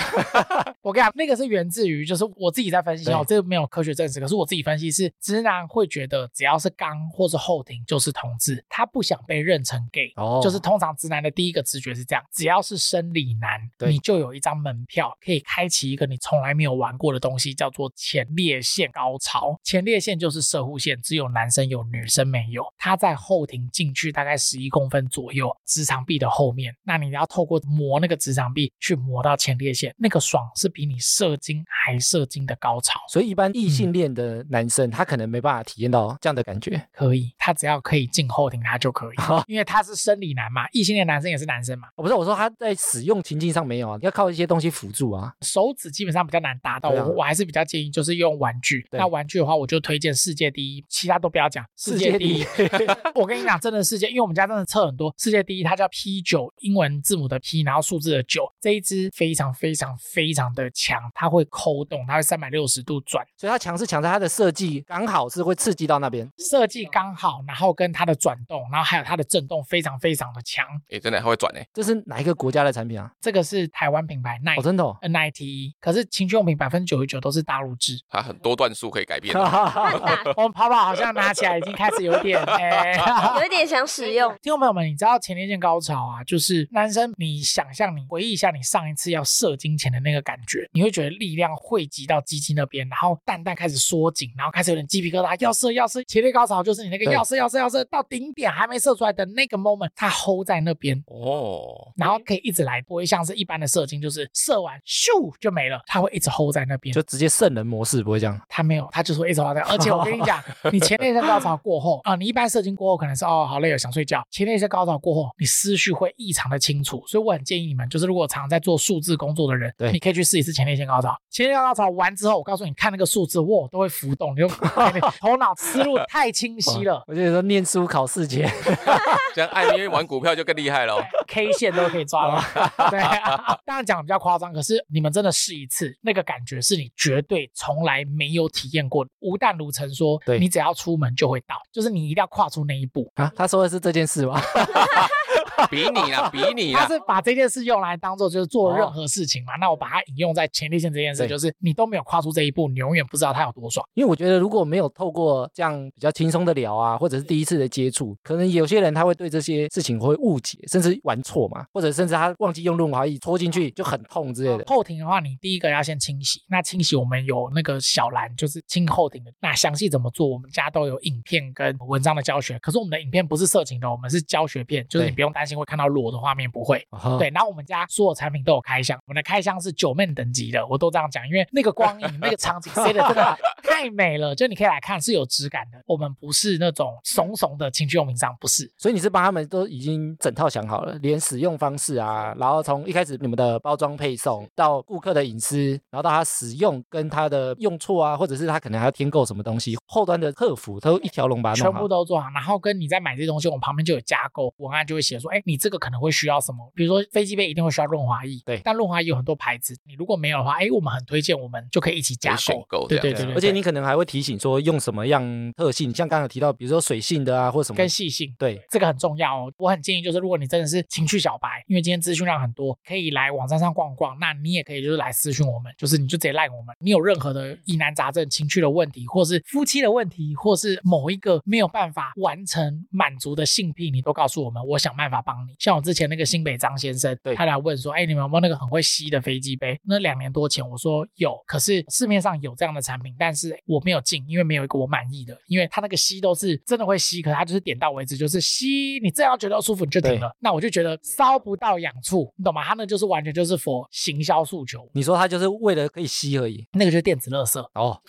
[SPEAKER 4] 我跟你讲，那个是源自于，就是我自己在分析哦，这个没有科学证实，可是我自己分析是，直男会觉得只要是刚或是后庭就是同志，他不想被认成 gay，、
[SPEAKER 1] 哦
[SPEAKER 4] 就是通常直男的第一个直觉是这样，只要是生理男，
[SPEAKER 1] 对
[SPEAKER 4] 你就有一张门票可以开启一个你从来没有玩过的东西，叫做前列腺高潮。前列腺就是射护腺，只有男生有，女生没有，它在后庭进去大概十一公分左右，直肠壁的后面，那你要透过磨那个直肠壁去磨到前列腺，那个爽是比你射精还射精的高潮。
[SPEAKER 1] 所以一般异
[SPEAKER 4] 嗯
[SPEAKER 1] 性恋的男生他可能没办法体验到这样的感觉。
[SPEAKER 4] 可以，他只要可以进后庭，他 就可以，因为他是生理男嘛，异性恋男生也是男生嘛，
[SPEAKER 1] 我哦不是我说他在使用情境上没有啊，要靠一些东西辅助啊。
[SPEAKER 4] 手指基本上比较难达到。
[SPEAKER 1] 对啊
[SPEAKER 4] 我我还是比较建议就是用玩具。
[SPEAKER 1] 对
[SPEAKER 4] 那玩具的话，我就推荐世界第一，其他都不要讲。
[SPEAKER 1] 世
[SPEAKER 4] 世界
[SPEAKER 1] 界
[SPEAKER 4] 第
[SPEAKER 1] 第
[SPEAKER 4] 一
[SPEAKER 1] 一，
[SPEAKER 4] 我跟你讲，真的世界，因为我们家真的测很多，世界第一它叫 P 九，英文字母的 P，然后数字的九，这一只非常非常非常的强，它会抠动，它会三百六十度转，
[SPEAKER 1] 所以他强是强在他的设计刚好是会刺激到那边。
[SPEAKER 4] 设计刚好，然后跟它的转动，然后还有它的震动非常非常的强。
[SPEAKER 2] 诶，真的还会转诶，
[SPEAKER 1] 这是哪一个国家的产品啊？
[SPEAKER 4] 这个是台湾品牌
[SPEAKER 1] 哦，
[SPEAKER 4] Nike。
[SPEAKER 1] 真的、哦。
[SPEAKER 4] NIT，可是情趣用品百分之九十九都是大陆制。
[SPEAKER 2] 它很多段数可以改变的。
[SPEAKER 3] 看大，
[SPEAKER 4] 我们跑跑好像拿起来已经开始有点，哎、
[SPEAKER 3] 有一点想使用，
[SPEAKER 4] 听众朋友们，你知道前列腺高潮啊，就是男生，你想象你回忆一下你上一次要射精前的那个感觉，你会觉得力量汇集到鸡鸡那边，然后蛋蛋开始缩紧，然后开始有点鸡皮疙瘩，要射要射。前列高潮就是你那个
[SPEAKER 1] 对
[SPEAKER 4] 要射要射要射到顶点还没射出来的那个 moment，它 hold 在那边。
[SPEAKER 2] 哦，
[SPEAKER 4] 然后可以一直来，不会像是一般的射精，就是射完咻就没了，它会一直 hold 在那边
[SPEAKER 1] 就。直接圣人模式不会这样。
[SPEAKER 4] 他没有，他就是会一哎直往那。啊而且我跟你讲，你前列腺高潮过后啊、你一般射精过后可能是哦好累哦想睡觉，前列腺高潮过后，你思绪会异常的清楚，所以我很建议你们，就是如果常在做数字工作的人，
[SPEAKER 1] 对
[SPEAKER 4] 你可以去试一次前列腺高潮。前列腺高潮完之后，我告诉你，看那个数字，哇，都会浮动，你就 头脑思路太清晰了。
[SPEAKER 1] 我就说念书考试前，
[SPEAKER 2] 这样艾米玩股票就更厉害 了。哦
[SPEAKER 4] K 线都可以抓了，
[SPEAKER 1] 哦
[SPEAKER 4] 对、啊当然讲比较夸张，可是你们真的试一次，那个感觉是你绝对从来没有体验过的。吴淡如曾说，
[SPEAKER 1] 对
[SPEAKER 4] 你只要出门就会到，就是你一定要跨出那一步。
[SPEAKER 1] 啊，他说的是这件事吗？
[SPEAKER 2] 比你 啦，比你
[SPEAKER 4] 他
[SPEAKER 2] 啦，
[SPEAKER 4] 是啊把这件事用来当做就是做任
[SPEAKER 1] 哦
[SPEAKER 4] 何事情嘛，那我把它引用在前列腺这件事，
[SPEAKER 1] 对
[SPEAKER 4] 就是你都没有跨出这一步，你永远不知道它有多爽。
[SPEAKER 1] 因为我觉得如果没有透过这样比较轻松的聊啊，或者是第一次的接触，可能有些人他会对这些事情会误解，甚至玩错嘛，或者甚至他忘记用润滑液戳进去就很痛之类的。
[SPEAKER 4] 后庭的话，你第一个要先清洗。那清洗我们有那个小蓝，就是清后庭的。那详细怎么做，我们家都有影片跟文章的教学。可是我们的影片不是色情的，我们是教学片，就是你
[SPEAKER 1] 对
[SPEAKER 4] 不用担心会看到裸的画面，不会。
[SPEAKER 1] 哦
[SPEAKER 4] 对，然后我们家所有产品都有开箱，我们的开箱是九妹等级的，我都这样讲，因为那个光影、那个场景塞的 真的太美了，就你可以来看是有质感的。我们不是那种怂怂的情趣用品商，不是。
[SPEAKER 1] 所以你是帮他们都已经整套想好了，连使用方式啊，然后从一开始你们的包装配送到顾客的隐私，然后到他使用跟他的用处啊，或者是他可能还要添购什么东西，后端的客服都一条龙把它
[SPEAKER 4] 全
[SPEAKER 1] 弄
[SPEAKER 4] 部
[SPEAKER 1] 好。
[SPEAKER 4] 都做好，然后跟你在买这些东西，我们旁边就有加购文案，就会写说，哎，你这个可能会需要什么，比如说飞机杯一定会需要润滑液，
[SPEAKER 1] 对
[SPEAKER 4] 但润滑液有很多牌子，你如果没有的话，哎，我们很推荐，我们就可以一起加
[SPEAKER 2] 可以选购
[SPEAKER 4] 对
[SPEAKER 2] 这
[SPEAKER 4] 对
[SPEAKER 2] 样
[SPEAKER 4] 对对，
[SPEAKER 1] 而且
[SPEAKER 4] 对
[SPEAKER 1] 你可能还会提醒说用什么样特性，像刚刚有提到，比如说水性的啊，或什么
[SPEAKER 4] 跟细心。
[SPEAKER 1] 对
[SPEAKER 4] 这个很重要哦，我很建议就是，如果你真的是情趣小白，因为今天资讯量很多，可以来网站上逛逛。那你也可以就是来私讯我们，就是你就直接赖我们。你有任何的疑难杂症、情趣的问题，或是夫妻的问题，或是某一个没有办法完成满足的性癖，你都告诉我们，我想办法帮你。像我之前那个新北张先生，
[SPEAKER 1] 对
[SPEAKER 4] 他来问说，哎，你们有没有那个很会吸的飞机杯？那两年多前我说有，可是市面上有这样的产品，但是我没有进，因为没有一个我满意的，因为它那个吸都是真的会吸，可是它就是点到为止，就是吸，你正要觉得舒服你就停了。那我就觉得搔不到痒处，你懂吗？它那就是完全就是否行销诉求。
[SPEAKER 1] 你说他就是为了可以吸而已。
[SPEAKER 4] 那个就是电子垃圾，
[SPEAKER 1] 哦，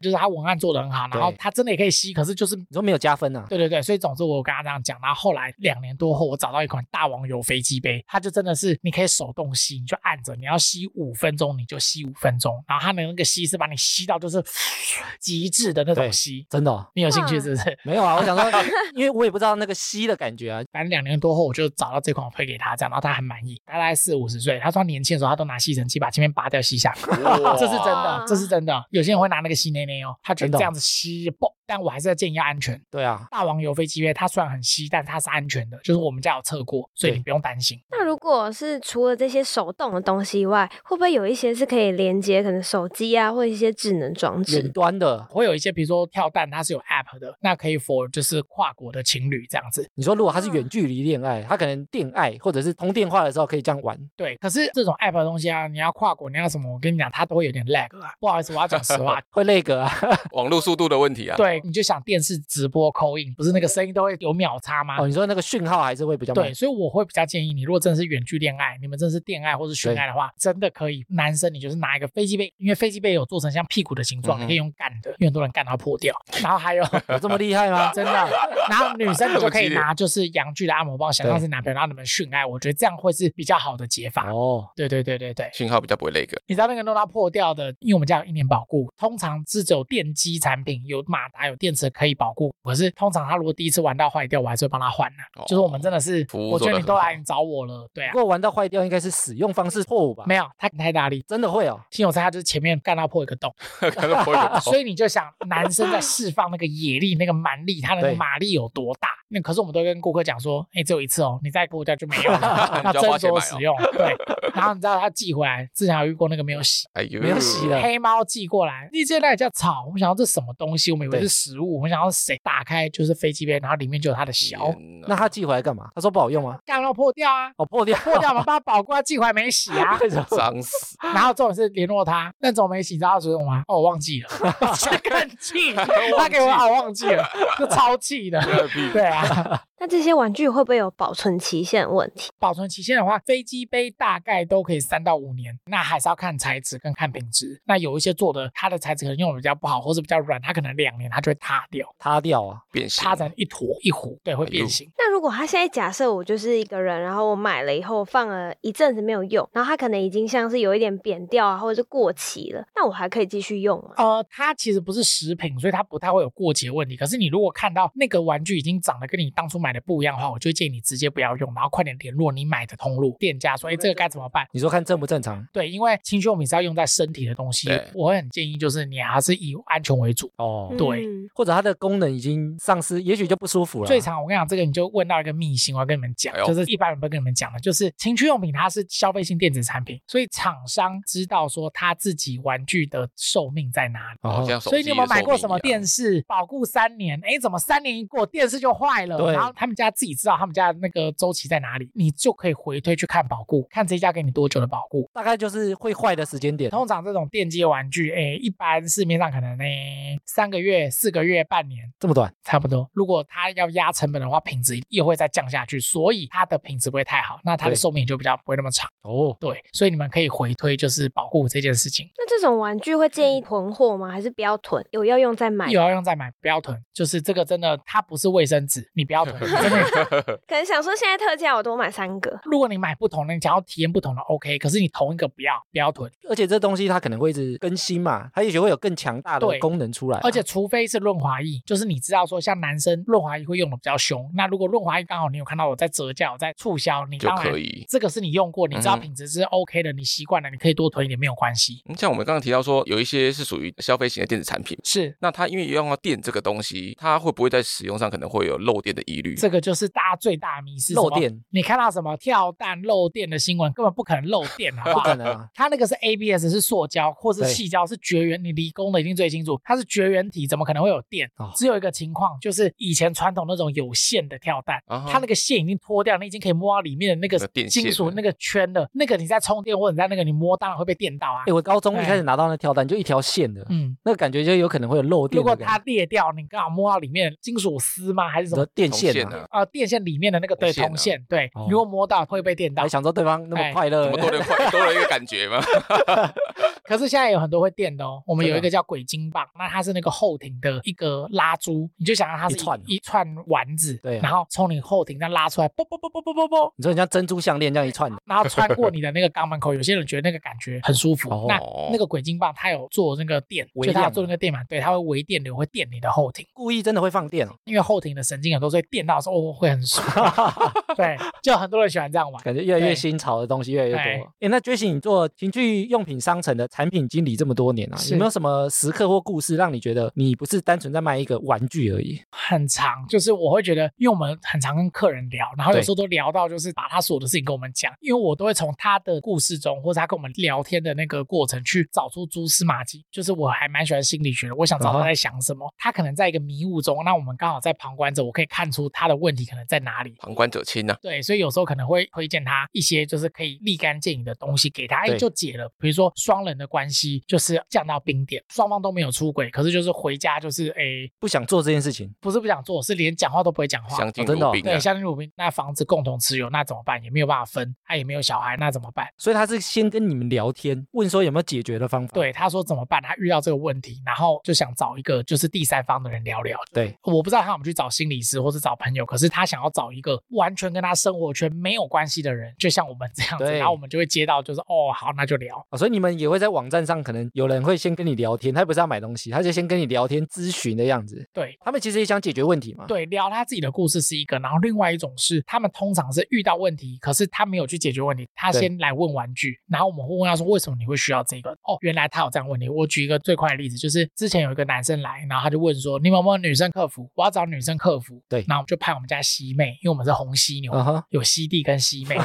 [SPEAKER 4] 就是它文案做得很好，然后
[SPEAKER 1] 对
[SPEAKER 4] 它真的也可以吸，可是就是
[SPEAKER 1] 你说没有加分啊？
[SPEAKER 4] 对对对，所以总之我有跟他这样讲，然后后来两年多后，我找到一款大王油飞机杯，它就真的是你可以手动吸，你就按着，你要吸五分钟你就吸五分钟，然后它的那个吸是把你吸到就是 极致的那种
[SPEAKER 1] 对
[SPEAKER 4] 吸。
[SPEAKER 1] 真的、哦、
[SPEAKER 4] 你有兴趣是不是？
[SPEAKER 1] 没有啊？我想 说，因为我也不知道那个吸的感觉啊。
[SPEAKER 4] 反正两年多后，我就找到这款，我推给他，这样，然后他很满意。他大概四五十岁，他说他年轻的时候，他都拿吸尘器把前面拔掉吸下 来，
[SPEAKER 2] 哇
[SPEAKER 4] 这是真的，这是真的。有些人会拿那个吸内内哦，他觉
[SPEAKER 1] 真的
[SPEAKER 4] 得
[SPEAKER 1] 哦
[SPEAKER 4] 这样子吸爆，但我还是要建议要安全。
[SPEAKER 1] 对啊，
[SPEAKER 4] 大王油飞机杯它虽然很稀，但它是安全的，就是我们家有测过，所以
[SPEAKER 1] 对
[SPEAKER 4] 你不用担心。
[SPEAKER 3] 那如果是除了这些手动的东西以外，会不会有一些是可以连接可能手机啊，或一些智能装置
[SPEAKER 1] 远？端的，
[SPEAKER 4] 会有一些，比如说跳蛋，它是有 app 的，那可以 for 就是跨国的情侣这样子。
[SPEAKER 1] 你说如果他是
[SPEAKER 4] 嗯
[SPEAKER 1] 远距离恋爱，他可能恋爱或者是通电话的时候可以这样玩，，
[SPEAKER 4] 对，可是这种 app 的东西啊，你要跨国，你要什么？我跟你讲，它都会有点 lag 啊。不好意思，我要讲实话
[SPEAKER 1] 会那个啊。
[SPEAKER 2] 网络速度的问题啊。
[SPEAKER 4] 对，你就想电视直播扣印，不是那个声音都会有秒差吗？
[SPEAKER 1] 哦，你说那个讯号还是会比较慢
[SPEAKER 4] 对，。所以我会比较建议你，如果真的是远距恋爱，你们真的是恋爱或是寻爱的话，真的可以，男生你就是拿一个飞机杯，因为飞机杯有做成像屁股的形状，
[SPEAKER 2] 嗯哼
[SPEAKER 4] 你可以用干的，因为很多人干到破掉。然后还有
[SPEAKER 1] 有这么厉害吗？
[SPEAKER 4] 真的，然后女生你就可以拿就是阳具的按摩棒，想象是男朋友，让你们训爱，我觉得这样会是比较好的解法。
[SPEAKER 1] 哦，
[SPEAKER 4] 对对对对对，
[SPEAKER 2] 信号比较不会那 个，
[SPEAKER 4] 你知道那个弄到破掉的，因为我们家有一年保固，通常是只有电机产品有马达有电池可以保固，可是通常他如果第一次玩到坏掉，我还是会帮他换呢、
[SPEAKER 2] 哦
[SPEAKER 4] 就是我们真的是，
[SPEAKER 2] 服务
[SPEAKER 4] 我
[SPEAKER 2] 做
[SPEAKER 4] 觉
[SPEAKER 2] 得
[SPEAKER 4] 得
[SPEAKER 2] 很
[SPEAKER 4] 你都来找我了，对啊
[SPEAKER 1] 不，过玩到坏掉应该是使用方式错误吧？
[SPEAKER 4] 没有他太大力。
[SPEAKER 1] 真的会哦。
[SPEAKER 4] 新手菜他就是前面干到破一个洞，
[SPEAKER 2] 可能 不会有高
[SPEAKER 4] 所以你就想男生在释放那个野力、那个蛮力，他的
[SPEAKER 1] 对
[SPEAKER 4] 马力有多大？那可是我们都跟顾客讲说，哎、只有一次哦，你再破掉就没 有了，
[SPEAKER 2] 你
[SPEAKER 4] 要
[SPEAKER 2] 就要花
[SPEAKER 4] 斟
[SPEAKER 2] 钱
[SPEAKER 4] 酌
[SPEAKER 2] 买哦
[SPEAKER 4] 使用。对，然后你知道他寄回来，之前还有遇过那个没 有洗，
[SPEAKER 2] 哎呦，
[SPEAKER 1] 没有洗了
[SPEAKER 4] 黑猫寄过来，那这袋叫草，我们想要这什么东西？我们以为
[SPEAKER 1] 对
[SPEAKER 4] 是食物，我们想要谁打开就是飞机杯，然后里面就有它的小，
[SPEAKER 2] 天哪
[SPEAKER 1] 那他寄回来干嘛？他说不好用吗？
[SPEAKER 4] 干到破掉啊，
[SPEAKER 1] 哦，破掉，。
[SPEAKER 4] 破掉我们把它保过来寄回来没洗啊
[SPEAKER 1] 为什么？
[SPEAKER 2] 脏死，
[SPEAKER 4] 然后重点是联络他，那种没洗，你知道他说什么吗？哦，我忘记了， 他更气，他给我哦忘记了，就超气的。
[SPEAKER 2] 嗝屁
[SPEAKER 4] 对啊，
[SPEAKER 3] 那这些玩具会不会有保存期限问题？
[SPEAKER 4] 保存期限的话，飞机杯大概都可以三到五年，那还是要看材质跟看品质。那有一些做的，它的材质可能用的比较不好，或是比较软，它可能两年它就会塌掉，
[SPEAKER 1] 塌掉啊，
[SPEAKER 2] 变形
[SPEAKER 4] 塌成一坨一糊，对，会
[SPEAKER 2] 哎呦
[SPEAKER 4] 变形。
[SPEAKER 3] 那如果他现在假设我就是一个人，然后我买了以后放了一阵子没有用，然后它可能已经像是有一点扁掉啊，或者是过期了，那我还可以继续用吗？
[SPEAKER 4] 呃，它其实不是食品，所以它不太会有过节问题。可是你如果看到那个玩具已经长得跟你当初买的不一样的话，我就建议你直接不要用，然后快点联络你买的通路店家说，哎，这个该怎么办？
[SPEAKER 1] 你说看正不正常？
[SPEAKER 4] 对，因为清修我们是要用在身体的东西
[SPEAKER 2] 对，
[SPEAKER 4] 我会很建议就是你还是以安全为主。
[SPEAKER 1] 哦，
[SPEAKER 4] 对
[SPEAKER 3] 嗯
[SPEAKER 1] 或者它的功能已经丧失，也许就不舒服了。
[SPEAKER 4] 最常我跟你讲，这个你就问到一个秘辛，我要跟你们讲
[SPEAKER 2] 啊哎，呦
[SPEAKER 4] 就是一般人不会跟你们讲的，就是情趣用品它是消费性电子产品，所以厂商知道说他自己玩具的寿命在哪里。
[SPEAKER 2] 哦，像手
[SPEAKER 4] 所以
[SPEAKER 2] 机啊
[SPEAKER 4] 你有没有
[SPEAKER 2] 的
[SPEAKER 4] 买
[SPEAKER 2] 寿
[SPEAKER 4] 过
[SPEAKER 2] 命
[SPEAKER 4] 什么
[SPEAKER 2] 一样
[SPEAKER 4] 电视保固三年？哎，怎么三年一过电视就坏了？
[SPEAKER 1] 对
[SPEAKER 4] 然后他们家自己知道他们家那个周期在哪里，你就可以回推去看保固，看这家给你多久的保固。
[SPEAKER 1] 大概就是会坏的时间点。
[SPEAKER 4] 通常这种电机玩具，哎，一般市面上可能呢哎三个月、四个月、半年
[SPEAKER 1] 这么短，
[SPEAKER 4] 差不多。如果它要压成本的话，品质又会再降下去，所以它的品质不会太好，那它的
[SPEAKER 1] 对
[SPEAKER 4] 寿命就比较不会那么长。
[SPEAKER 1] 哦，
[SPEAKER 4] 对，所以你们可以回推就是保护这件事情。
[SPEAKER 3] 那这种玩具会建议囤货吗？还是不要囤，有要用再买？
[SPEAKER 4] 有要用再买，不要囤。就是这个真的，它不是卫生纸，你不 要囤，真的。
[SPEAKER 3] 可能想说现在特价我多买三个，
[SPEAKER 4] 如果你买不同的，你想要体验不同的，OK。可是你同一个不要，不要囤。
[SPEAKER 1] 而且这东西它可能会一直更新嘛，它也许会有更强大的
[SPEAKER 4] 对
[SPEAKER 1] 功能出来啊、
[SPEAKER 4] 而且除非是润滑液，就是你知道说，像男生润滑液会用的比较凶。那如果润滑液刚好你有看到我在折价，我在促销，你
[SPEAKER 2] 就
[SPEAKER 4] 当然
[SPEAKER 2] 可以。
[SPEAKER 4] 这个是你用过，你知道
[SPEAKER 2] 嗯哼
[SPEAKER 4] 品质是 OK 的，你习惯了，你可以多囤一点没有关系。
[SPEAKER 2] 嗯像我们刚刚提到说，有一些是属于消费型的电子产品，
[SPEAKER 4] 是。
[SPEAKER 2] 那它因为用到电这个东西，它会不会在使用上可能会有漏电的疑虑？
[SPEAKER 4] 这个就是大家最大的迷失，
[SPEAKER 1] 漏
[SPEAKER 4] 什么
[SPEAKER 1] 电。
[SPEAKER 4] 你看到什么跳蛋漏电的新闻，根本不可能漏电，好不
[SPEAKER 1] 不
[SPEAKER 4] 好？
[SPEAKER 1] 可能 啊，
[SPEAKER 4] 它那个是 ABS 是塑胶或是
[SPEAKER 1] 对
[SPEAKER 4] 细胶是绝缘，你理工的一定最清楚，它是绝缘体，怎么可能会有电？
[SPEAKER 1] 哦
[SPEAKER 4] 只有一个情况，就是以前传统那种有线的跳蛋，
[SPEAKER 2] 啊哈
[SPEAKER 4] 它那个线已经脱掉，你已经可以摸到里面的那
[SPEAKER 2] 那
[SPEAKER 4] 个
[SPEAKER 2] 电线
[SPEAKER 4] 金属
[SPEAKER 2] 了
[SPEAKER 4] 那个圈了，那个你在充电或者你在那个你摸，当然会被电到啊
[SPEAKER 1] 哎、。我高中一
[SPEAKER 4] 对
[SPEAKER 1] 开始拿到那跳蛋就一条线的，
[SPEAKER 4] 嗯，
[SPEAKER 1] 那个感觉就有可能会有漏电
[SPEAKER 4] 如果
[SPEAKER 1] 的感
[SPEAKER 4] 它
[SPEAKER 1] 觉。
[SPEAKER 4] 裂掉，你刚好摸到里面的金属丝吗？还是什
[SPEAKER 1] 你
[SPEAKER 4] 么
[SPEAKER 1] 的？电
[SPEAKER 2] 铜
[SPEAKER 1] 线
[SPEAKER 2] 线
[SPEAKER 1] 啊，
[SPEAKER 2] 啊
[SPEAKER 4] 呃，电线里面的那个对
[SPEAKER 2] 铜线啊
[SPEAKER 4] 铜线，对
[SPEAKER 1] 哦，
[SPEAKER 4] 如果摸到会被电到
[SPEAKER 1] 还。想说对方那么
[SPEAKER 4] 哎
[SPEAKER 1] 快乐
[SPEAKER 2] 啊怎么，多了一块多了一个感觉吗？
[SPEAKER 4] 可是现在有很多会电的哦，我们
[SPEAKER 1] 真的
[SPEAKER 4] 有一个叫鬼金棒，那它是那个后庭的一个拉珠，你就想让它是
[SPEAKER 1] 一串
[SPEAKER 4] 一串丸子，
[SPEAKER 1] 对啊
[SPEAKER 4] 然后从你后庭再拉出来，啊啵啵啵啵啵啵啵，
[SPEAKER 1] 你说你像珍珠项链这样一 串的，
[SPEAKER 4] 然后穿过你的那个肛门口，有些人觉得那个感觉很舒 服。
[SPEAKER 1] 哦
[SPEAKER 4] 那那个鬼金棒它有做那个电，
[SPEAKER 1] 微
[SPEAKER 4] 就它
[SPEAKER 1] 量
[SPEAKER 4] 有做那个电嘛，对，它会微电流会电你的后庭，
[SPEAKER 1] 故意真的会放 电哦，
[SPEAKER 4] 因为后庭的神经很多，所以电到的时候哦会很爽， 对，就很多人喜欢这样玩。
[SPEAKER 1] 感觉越来越
[SPEAKER 4] 对
[SPEAKER 1] 新潮的东西越来越
[SPEAKER 4] 哎
[SPEAKER 1] 多。哎、那 Jason，你做情趣用品商城的产品经理这么多年啊，
[SPEAKER 4] 是
[SPEAKER 1] 有没有什么时刻或故事让你觉得你不是单纯在卖一个玩具而已？
[SPEAKER 4] 很长，就是我会觉得，因为我们很常跟客人聊，然后有
[SPEAKER 1] 对
[SPEAKER 4] 时候都聊到就是把他所有的事情跟我们讲，因为我都会从他的故事中，或者他跟我们聊天的那个过程去找出蛛丝马迹。就是我还蛮喜欢心理学的，我想找
[SPEAKER 1] 啊
[SPEAKER 4] 他
[SPEAKER 1] 哈
[SPEAKER 4] 在想什么。他可能在一个迷雾中，那我们刚好在旁观者，我可以看出他的问题可能在哪里。
[SPEAKER 2] 旁观者清啊呐、
[SPEAKER 4] 对，所以有时候可能会推荐他一些就是可以立竿见影的东西给他，哎，
[SPEAKER 1] 对
[SPEAKER 4] 就解了。比如说双人的关系就是降到冰点，双方都没有出轨，可是就是回家就是哎，
[SPEAKER 1] 不想做这件事情，
[SPEAKER 4] 不是不想做，是连讲话都不会讲话，
[SPEAKER 2] 相敬
[SPEAKER 1] 哦真的
[SPEAKER 2] 如
[SPEAKER 1] 哦
[SPEAKER 2] 宾啊
[SPEAKER 4] 对，。相敬如宾。那房子共同持有，那怎么办？也没有办法分，他也没有小孩，那怎么
[SPEAKER 2] 啊
[SPEAKER 4] 办？
[SPEAKER 1] 所以他是先跟你们聊天，问说有没有解决的方法。
[SPEAKER 4] 对，他说怎么办？他遇到这个问题，然后就想找一个就是第三方的人聊聊。
[SPEAKER 1] 对，
[SPEAKER 4] 我不知道他有没有去找心理师或是找朋友，可是他想要找一个完全跟他生活圈没有关系的人，就像我们这样子，
[SPEAKER 1] 对
[SPEAKER 4] 然后我们就会接到就是哦，好，那就聊。
[SPEAKER 1] 哦，所以你们也会在网站上，可能有人会先跟你聊天，他不是要买东西，他就先跟你聊天咨询的样子。
[SPEAKER 4] 对，
[SPEAKER 1] 他们其实也想解决问题嘛。，
[SPEAKER 4] 对，聊他自己的故事是一个，然后另外一种是他们通常是遇到问题，可是他没有去解决问题，他
[SPEAKER 1] 对
[SPEAKER 4] 先来问玩具，然后我们会问他说为什么你会需要这个？哦，原来他有这样问你。我举一个最快的例子，就是之前有一个男生来，然后他就问说你们有没有女生客服？我要找女生客服。
[SPEAKER 1] 对
[SPEAKER 4] 然后我们就派我们家西妹，因为我们是红犀牛。
[SPEAKER 1] 嗯哼，
[SPEAKER 4] 有 西弟跟西妹，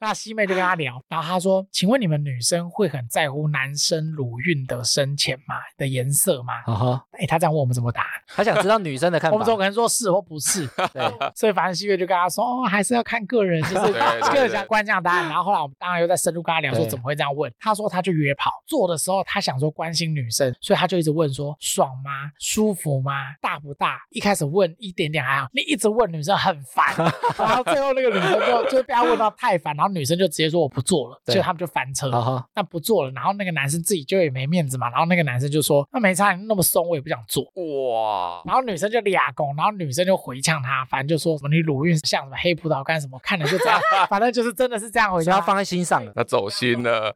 [SPEAKER 4] 那西妹就跟他聊，然后他说：“请问你们女生会很在乎男生乳晕的深浅嘛，的颜色嘛。
[SPEAKER 1] 啊哈，
[SPEAKER 4] 哎，他这样问我们怎么答，
[SPEAKER 1] 他想知道女生的看 法
[SPEAKER 4] 我们总。可能说是或 不是。
[SPEAKER 1] 对，
[SPEAKER 4] 所以反正西月就跟他说，哦，还是要看个人，就是
[SPEAKER 2] 对对对
[SPEAKER 4] 各家关这样答案。然后后来我们当然又在深入跟他聊说
[SPEAKER 1] 对
[SPEAKER 4] 怎么会这样问，他说他就约跑，做的时候他想说关心女生，所以他就一直问说爽吗？舒服吗？大不大？一开始问一点点还好，你一直问女生很 烦，然后最后那个女生就就被他问到太烦，然后女生就直接说我不做了，
[SPEAKER 1] 对
[SPEAKER 4] 所以他们就翻车。
[SPEAKER 1] 啊 哈，
[SPEAKER 4] 那不做了，然后那个男生自己就也没面子嘛，然后那个男生就说那没差，你那么松我也不想做，
[SPEAKER 2] 哇，
[SPEAKER 4] 然后女生就俩拱，然后女生就回呛他，反正就说什么你鲁豫像什么黑葡萄干什么，看了就这样，反正就是真的是这样回
[SPEAKER 1] 所以他
[SPEAKER 4] 答。
[SPEAKER 1] 放在心上了。
[SPEAKER 2] 那走心了，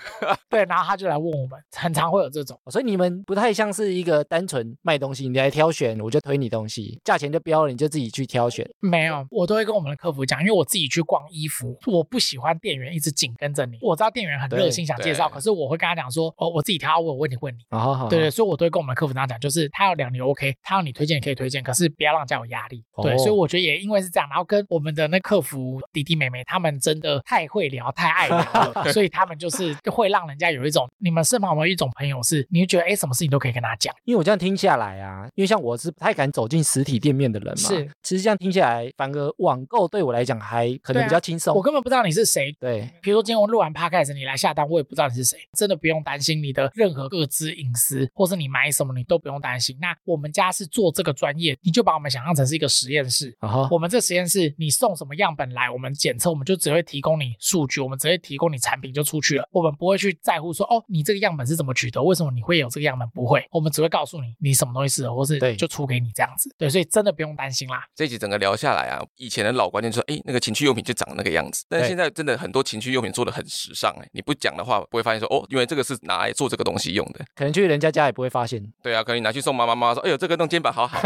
[SPEAKER 4] 对，然后他就来问我们，很常会有这种，
[SPEAKER 1] 哦所以你们不太像是一个单纯卖东西，你来挑选，我就推你东西，价钱就标了，你就自己去挑选。
[SPEAKER 4] 没有，我都会跟我们的客服讲，因为我自己去逛衣服，我不喜欢店员一直紧跟着你，我知道店员很热心想介绍，
[SPEAKER 2] 对
[SPEAKER 4] 可是我会跟他讲说，哦，我自己挑，我问你问你。
[SPEAKER 1] 啊哈，好
[SPEAKER 4] 对对，所以我都会跟我们的客服这样讲，就是他要两你 OK，他要你推荐你可以推荐，可是不要让人家有压力。对，
[SPEAKER 1] 哦
[SPEAKER 4] 所以我觉得也因为是这样，然后跟我们的那客服弟弟妹妹他们真的太会聊、太爱聊了，所以他们就是会让人家有一种，你们身旁有没有一种朋友是，你会觉得哎，什么事情都可以跟他讲，
[SPEAKER 1] 因为我这样听下来啊，因为像我是不太敢走进实体店面的人嘛，
[SPEAKER 4] 是，
[SPEAKER 1] 其实这样听下来，反而网购对我来讲还可
[SPEAKER 4] 对
[SPEAKER 1] 能
[SPEAKER 4] 啊
[SPEAKER 1] 比较轻松。
[SPEAKER 4] 我根本不知道你是谁。
[SPEAKER 1] 对，
[SPEAKER 4] 比如说今天我录完 podcast，你来下单，我也不知道你是谁，真的不用担心你的任何各自隐私，或是你买什么你都不用担心。那我们家是做这个专业，你就把我们想象成是一个实验室，
[SPEAKER 1] 啊哈，
[SPEAKER 4] 我们这实验室，你送什么样本来，我们检测，我们就只会提供你数据，我们只会提供你产品就出去了，我们不会去在乎说，哦，你这个样本是怎么取得，为什么你会有这个样本，不会，我们只会告诉你你什么东西适合，或是
[SPEAKER 1] 对
[SPEAKER 4] 就出给你这样子，对，所以真的不用担心啦。
[SPEAKER 2] 这集整个聊下来啊，以前的老观念就是，哎，那个情趣用品就长那个样子，但
[SPEAKER 1] 对
[SPEAKER 2] 现在真的很多情趣用品做的很时尚、哎，你不讲的话，不会发现说，哦，因为这个是拿来做这个东西用的。
[SPEAKER 1] 可能去人家家也不会发现。
[SPEAKER 2] 对啊，可能你拿去送妈妈，妈妈说，哎呦，这个弄肩膀好好。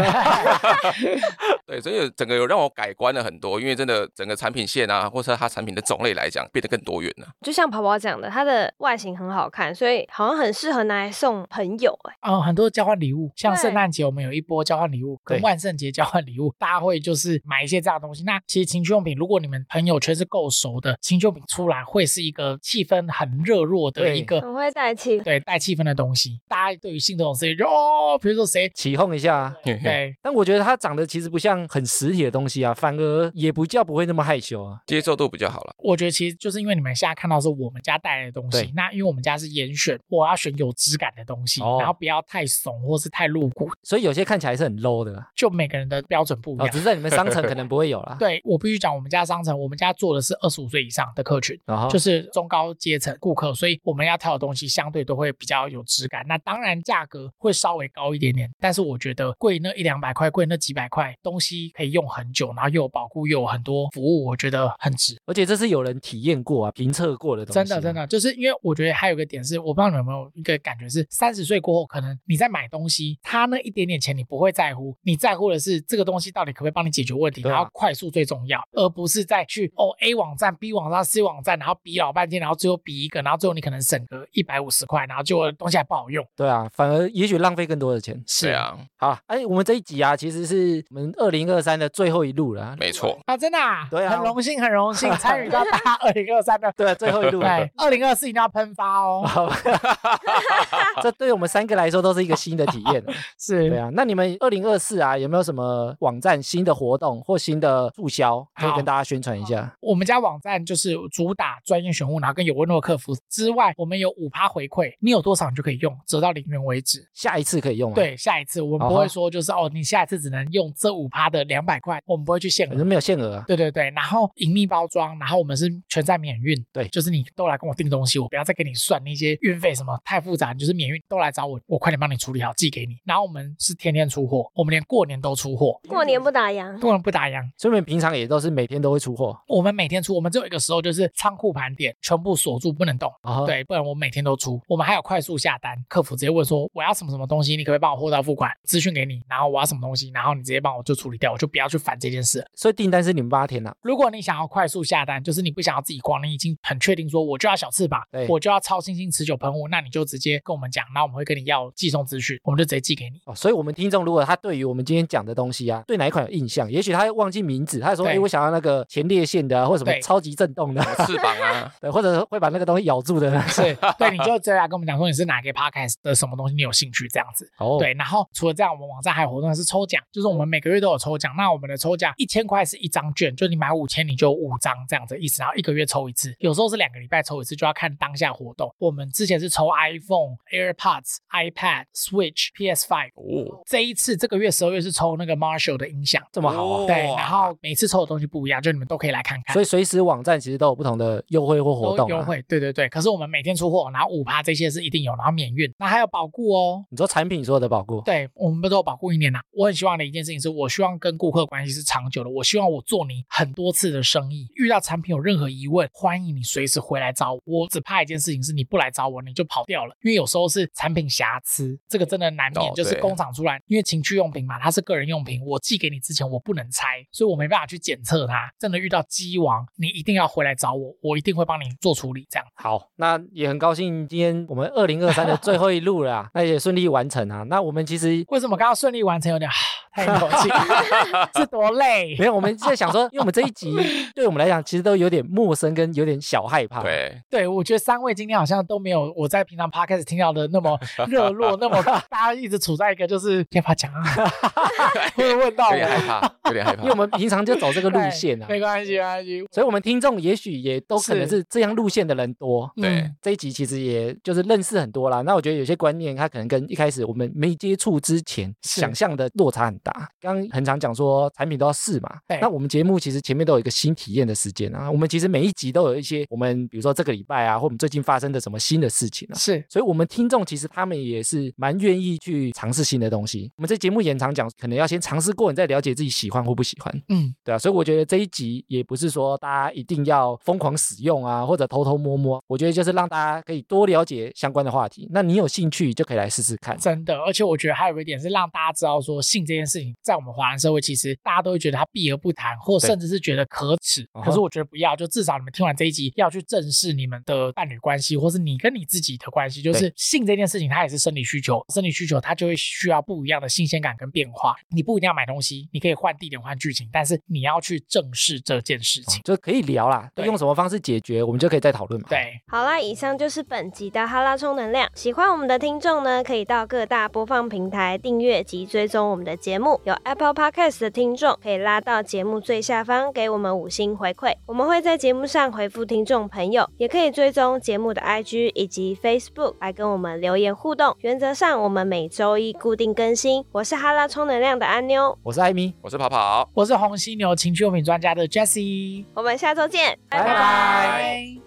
[SPEAKER 2] 对，所以整个有让我改观了很多，因为真的整个产品线啊，或者它产品的种类来讲，变得更多元了。啊
[SPEAKER 3] 就像跑跑讲的，它的外形很好看，所以好像很适合拿来送朋友、哎，
[SPEAKER 4] 啊、很多交换礼物，像
[SPEAKER 3] 对
[SPEAKER 4] 圣诞节我们有一波交换礼物，跟
[SPEAKER 1] 对
[SPEAKER 4] 万圣节交换礼物，大家会就是买一些这样的东西。那其实情趣用品，如果你们朋友圈是够熟的，情趣用品出来会是一个气氛很热络的
[SPEAKER 1] 对
[SPEAKER 4] 一个。
[SPEAKER 3] 很会带气。
[SPEAKER 4] 呃对，带气氛的东西，大家对于性这种事情就哦，比如说谁
[SPEAKER 1] 起哄一下啊，
[SPEAKER 4] 对，
[SPEAKER 1] 但我觉得它长得其实不像很实体的东西啊，反而也不叫不会那么害羞啊。
[SPEAKER 2] 接受度比较好了。
[SPEAKER 4] 我觉得其实就是因为你们现在看到是我们家带来的东西
[SPEAKER 1] 对，
[SPEAKER 4] 那因为我们家是严选，我要选有质感的东西，
[SPEAKER 1] 哦
[SPEAKER 4] 然后不要太怂或是太露骨，
[SPEAKER 1] 所以有些看起来是很 low 的啊
[SPEAKER 4] 就每个人的标准不一
[SPEAKER 1] 哦，
[SPEAKER 4] 样。
[SPEAKER 1] 只是在你们商城可能不会有啦。
[SPEAKER 4] 对我必须讲，我们家商城，我们家做的是二十五岁以上的客群，
[SPEAKER 1] 然后
[SPEAKER 4] 就是中高阶层顾客，所以我们要挑的东西相对都会比较有质感。那当然价格会稍微高一点点，但是我觉得贵那一两百块，贵那几百块，东西可以用很久，然后又有保护，又有很多服务，我觉得很值。
[SPEAKER 1] 而且这是有人体验过啊、评测过的东西啊、
[SPEAKER 4] 真的真的，就是因为我觉得还有一个点是，我不知道你们有没有一个感觉是，三十岁过后，可能你在买东西，它那一点点钱你不会在乎，你在乎的是这个东西到底可不可以帮你解决问题，
[SPEAKER 1] 对啊
[SPEAKER 4] 然后快速最重要，而不是再去哦 A 网站、B 网站、C 网站，然后比老半天，然后最后比一个，然后最后你可能省个一百五十块，然后结果东西还不好用。
[SPEAKER 1] 对啊，反而也许浪费更多的钱。
[SPEAKER 4] 是
[SPEAKER 2] 对，啊，
[SPEAKER 1] 好啦，哎，我们这一集啊，其实是我们二零二三的最后一路了啊。
[SPEAKER 2] 没 错，
[SPEAKER 4] 啊，真的、啊，
[SPEAKER 1] 对啊
[SPEAKER 4] 很荣幸，很 荣幸参与到大家二零二三的。
[SPEAKER 1] 对啊，最后一 路。
[SPEAKER 4] 对，二零二四一定要喷发哦！
[SPEAKER 1] 好，这对我们三个来说都是一个新的体 验。
[SPEAKER 4] 是
[SPEAKER 1] 对啊，那你们二零二四啊，有没有什么网站新的活动或新的促销可以
[SPEAKER 4] 好
[SPEAKER 1] 跟大家宣传一下？
[SPEAKER 4] 我们家网站就是主打专业选物，然后跟有温度的客服之外，我们有五趴回馈，你有多少你就可以用，折到零元为止。
[SPEAKER 1] 下一次可以用吗？，
[SPEAKER 4] 对，下一次我们不会说就是哦，你下一次只能用这五趴的两百块，我们不会去限
[SPEAKER 1] 可
[SPEAKER 4] 额
[SPEAKER 1] 是。没有限额啊。
[SPEAKER 4] 对对对，然后隐秘包装，然后我们是全站免运，
[SPEAKER 1] 对
[SPEAKER 4] 就是你都来跟我订东西，我不要再给你算那些运费什么太复杂，你就是免运，都来找我，我快点帮你处理好寄给你。然后我们是天天出货，我们连过年都出货，
[SPEAKER 3] 过年不打烊，
[SPEAKER 4] 过年不打烊，
[SPEAKER 1] 所以你们平常也都是每天都会出货
[SPEAKER 4] 我们每天出，我们只有一个时候就是仓库盘点，全部锁住不能动。
[SPEAKER 1] 啊哈？
[SPEAKER 4] 对，不然我每天都出。我们还有快速下单，客服直接问说我要什么什么东西，你可不可以帮我货到付款？资讯给你，然后我要什么东西，然后你直接帮我就处理掉，我就不要去烦这件事。
[SPEAKER 1] 所以订单是你们帮他填的、
[SPEAKER 4] 如果你想要快速下单，就是你不想要自己逛，你已经很确定说我就要小翅膀
[SPEAKER 1] 对，
[SPEAKER 4] 我就要超新星持久喷雾，那你就直接跟我们讲，那我们会跟你要寄送资讯，我们就直接寄 给你。
[SPEAKER 1] 哦。所以我们听众如果他对于我们今天讲的东西啊，对哪一款有印象，也许他忘记名字，他说：“
[SPEAKER 4] 对
[SPEAKER 1] 哎，我想要那个前列腺的、啊，或者什么
[SPEAKER 4] 对
[SPEAKER 1] 超级震动的、啊，
[SPEAKER 2] 翅膀啊，
[SPEAKER 1] 对，或者会把那个东西咬住的。
[SPEAKER 4] 是，对，你就直接来跟我们讲说你是哪个 podcast 的什么东西你有兴趣这样子。”
[SPEAKER 1] 哦，
[SPEAKER 4] 对，然后除了这样，我们网站还有活动是抽奖，就是我们每个月都有抽奖。那我们的抽奖一千块是一张券，就你买五千你就有五张这样子的意思，然后一个月抽一次，有时候是两个礼拜抽一次，就要看当下活动。我们之前是抽 iPhone、AirPods、iPad、Switch、PS5，
[SPEAKER 2] 哦，
[SPEAKER 4] 这一次这个月十二月是抽那个 Marshall 的音响，
[SPEAKER 1] 这么好啊。
[SPEAKER 2] 哦
[SPEAKER 4] 对，然后每次抽的东西不一样，就你们都可以来看看。
[SPEAKER 1] 所以随时网站其实都有不同的优惠或活动、
[SPEAKER 4] 都
[SPEAKER 1] 啊。
[SPEAKER 4] 优惠，对对对。可是我们每天出货，然后五趴这些是一定有，然后免运，那还有保固哦。
[SPEAKER 1] 你说产品所有的保固，
[SPEAKER 4] 对，我们不都有保护一年呐、我很希望的一件事情是，我希望跟顾客关系是长久的。我希望我做你很多次的生意，遇到产品有任何疑问，欢迎你随时回来找我。我只怕一件事情是你不来找我，你就跑掉了，因为有时候是产品瑕疵，这个真的难免
[SPEAKER 2] 哦，
[SPEAKER 4] 就是
[SPEAKER 2] 对
[SPEAKER 4] 工厂出来，因为情趣用品嘛，它是个人用品，我寄给你之前我不能拆，所以我没办法去检测它。真的遇到鸡王，你一定要回来找我，我一定会帮你做处理。这样，
[SPEAKER 1] 好，那也很高兴今天我们二零二三的最后一路了啊、 那也顺利完成啊。那我们其实
[SPEAKER 4] 为什么刚刚顺利完成有点叹一口气， 是多累？
[SPEAKER 1] 没有，我们在想说，因为我们这一 集对我们来讲其实都有点陌生跟有点小害怕。。
[SPEAKER 2] 对，
[SPEAKER 4] 对，我觉得三位今天好像都没有我在平常 podcast 听到的那么热络，那么大家一直处在一个就是要不要讲啊， 会问到
[SPEAKER 2] 有
[SPEAKER 4] 我
[SPEAKER 2] 点害怕，有点 害怕
[SPEAKER 1] 因为我。们平常就走这个路
[SPEAKER 4] 对
[SPEAKER 1] 线啊，
[SPEAKER 4] 没关系，没关系。
[SPEAKER 1] 所以我们听众也许也都可能
[SPEAKER 4] 是
[SPEAKER 1] 是这样路线的人多。
[SPEAKER 2] 对
[SPEAKER 4] 嗯，
[SPEAKER 1] 这一集其实也就是认识很多啦，那我觉得有些观念它可能跟一开始我们没接触之前
[SPEAKER 4] 是
[SPEAKER 1] 想象的落差很大。刚刚很常讲说产品都要试嘛
[SPEAKER 4] 对，
[SPEAKER 1] 那我们节目其实前面都有一个新体验的时间啊，我们其实每一集都有一些我们比如说这个礼拜啊，或我们最近发生的什么新的事情啊，
[SPEAKER 4] 是
[SPEAKER 1] 所以我们听众其实他们也是蛮愿意去尝试新的东西。我们这节目也常讲，可能要先尝试过，你再了解自己喜欢或不喜欢，
[SPEAKER 4] 嗯，
[SPEAKER 1] 对啊。所以我觉得这一集也不是说大家一定要疯狂使用啊，或者偷偷摸摸。我觉得就是让大家可以多了解相关的话题。那你有兴趣就可以来试试看。
[SPEAKER 4] 真的。而且我觉得还有一点是让大家知道说性这件事情，在我们华人社会，其实大家都会觉得它避而不谈，或
[SPEAKER 1] 对
[SPEAKER 4] 甚至是觉得可耻。
[SPEAKER 1] 嗯哼
[SPEAKER 4] 可是我觉得不要，就至少你们听完这一集，要去正视你们的伴侣关系，或是你跟你自己的关系。就是性这件事情，它也是生理需求，生理需求它就会需要不一样的新鲜感跟变化。你不一定要买东西，你可以换地点、换剧情，但是你要去正视这件事情。
[SPEAKER 1] 就可以聊啦，
[SPEAKER 4] 对
[SPEAKER 1] 用什么方式解决，我们就可以再讨论嘛。，
[SPEAKER 4] 对，
[SPEAKER 3] 好啦，以上就是本集的哈拉充能量。喜欢我们的听众呢，可以到各大播放平台订阅及追踪我们的节目。有 Apple Podcast 的听众可以拉到节目最下方给我们五星回馈，我们会在节目上回复听众朋友，也可以追踪节目的 IG 以及 Facebook 来跟我们留言互动。原则上，我们每周一固定更新。我是哈拉充能量的安妞，
[SPEAKER 1] 我是艾米，
[SPEAKER 2] 我是跑跑，
[SPEAKER 4] 我是红犀牛情趣用品专家的 Jessie，
[SPEAKER 3] 我们下周见，
[SPEAKER 1] 拜
[SPEAKER 4] 拜。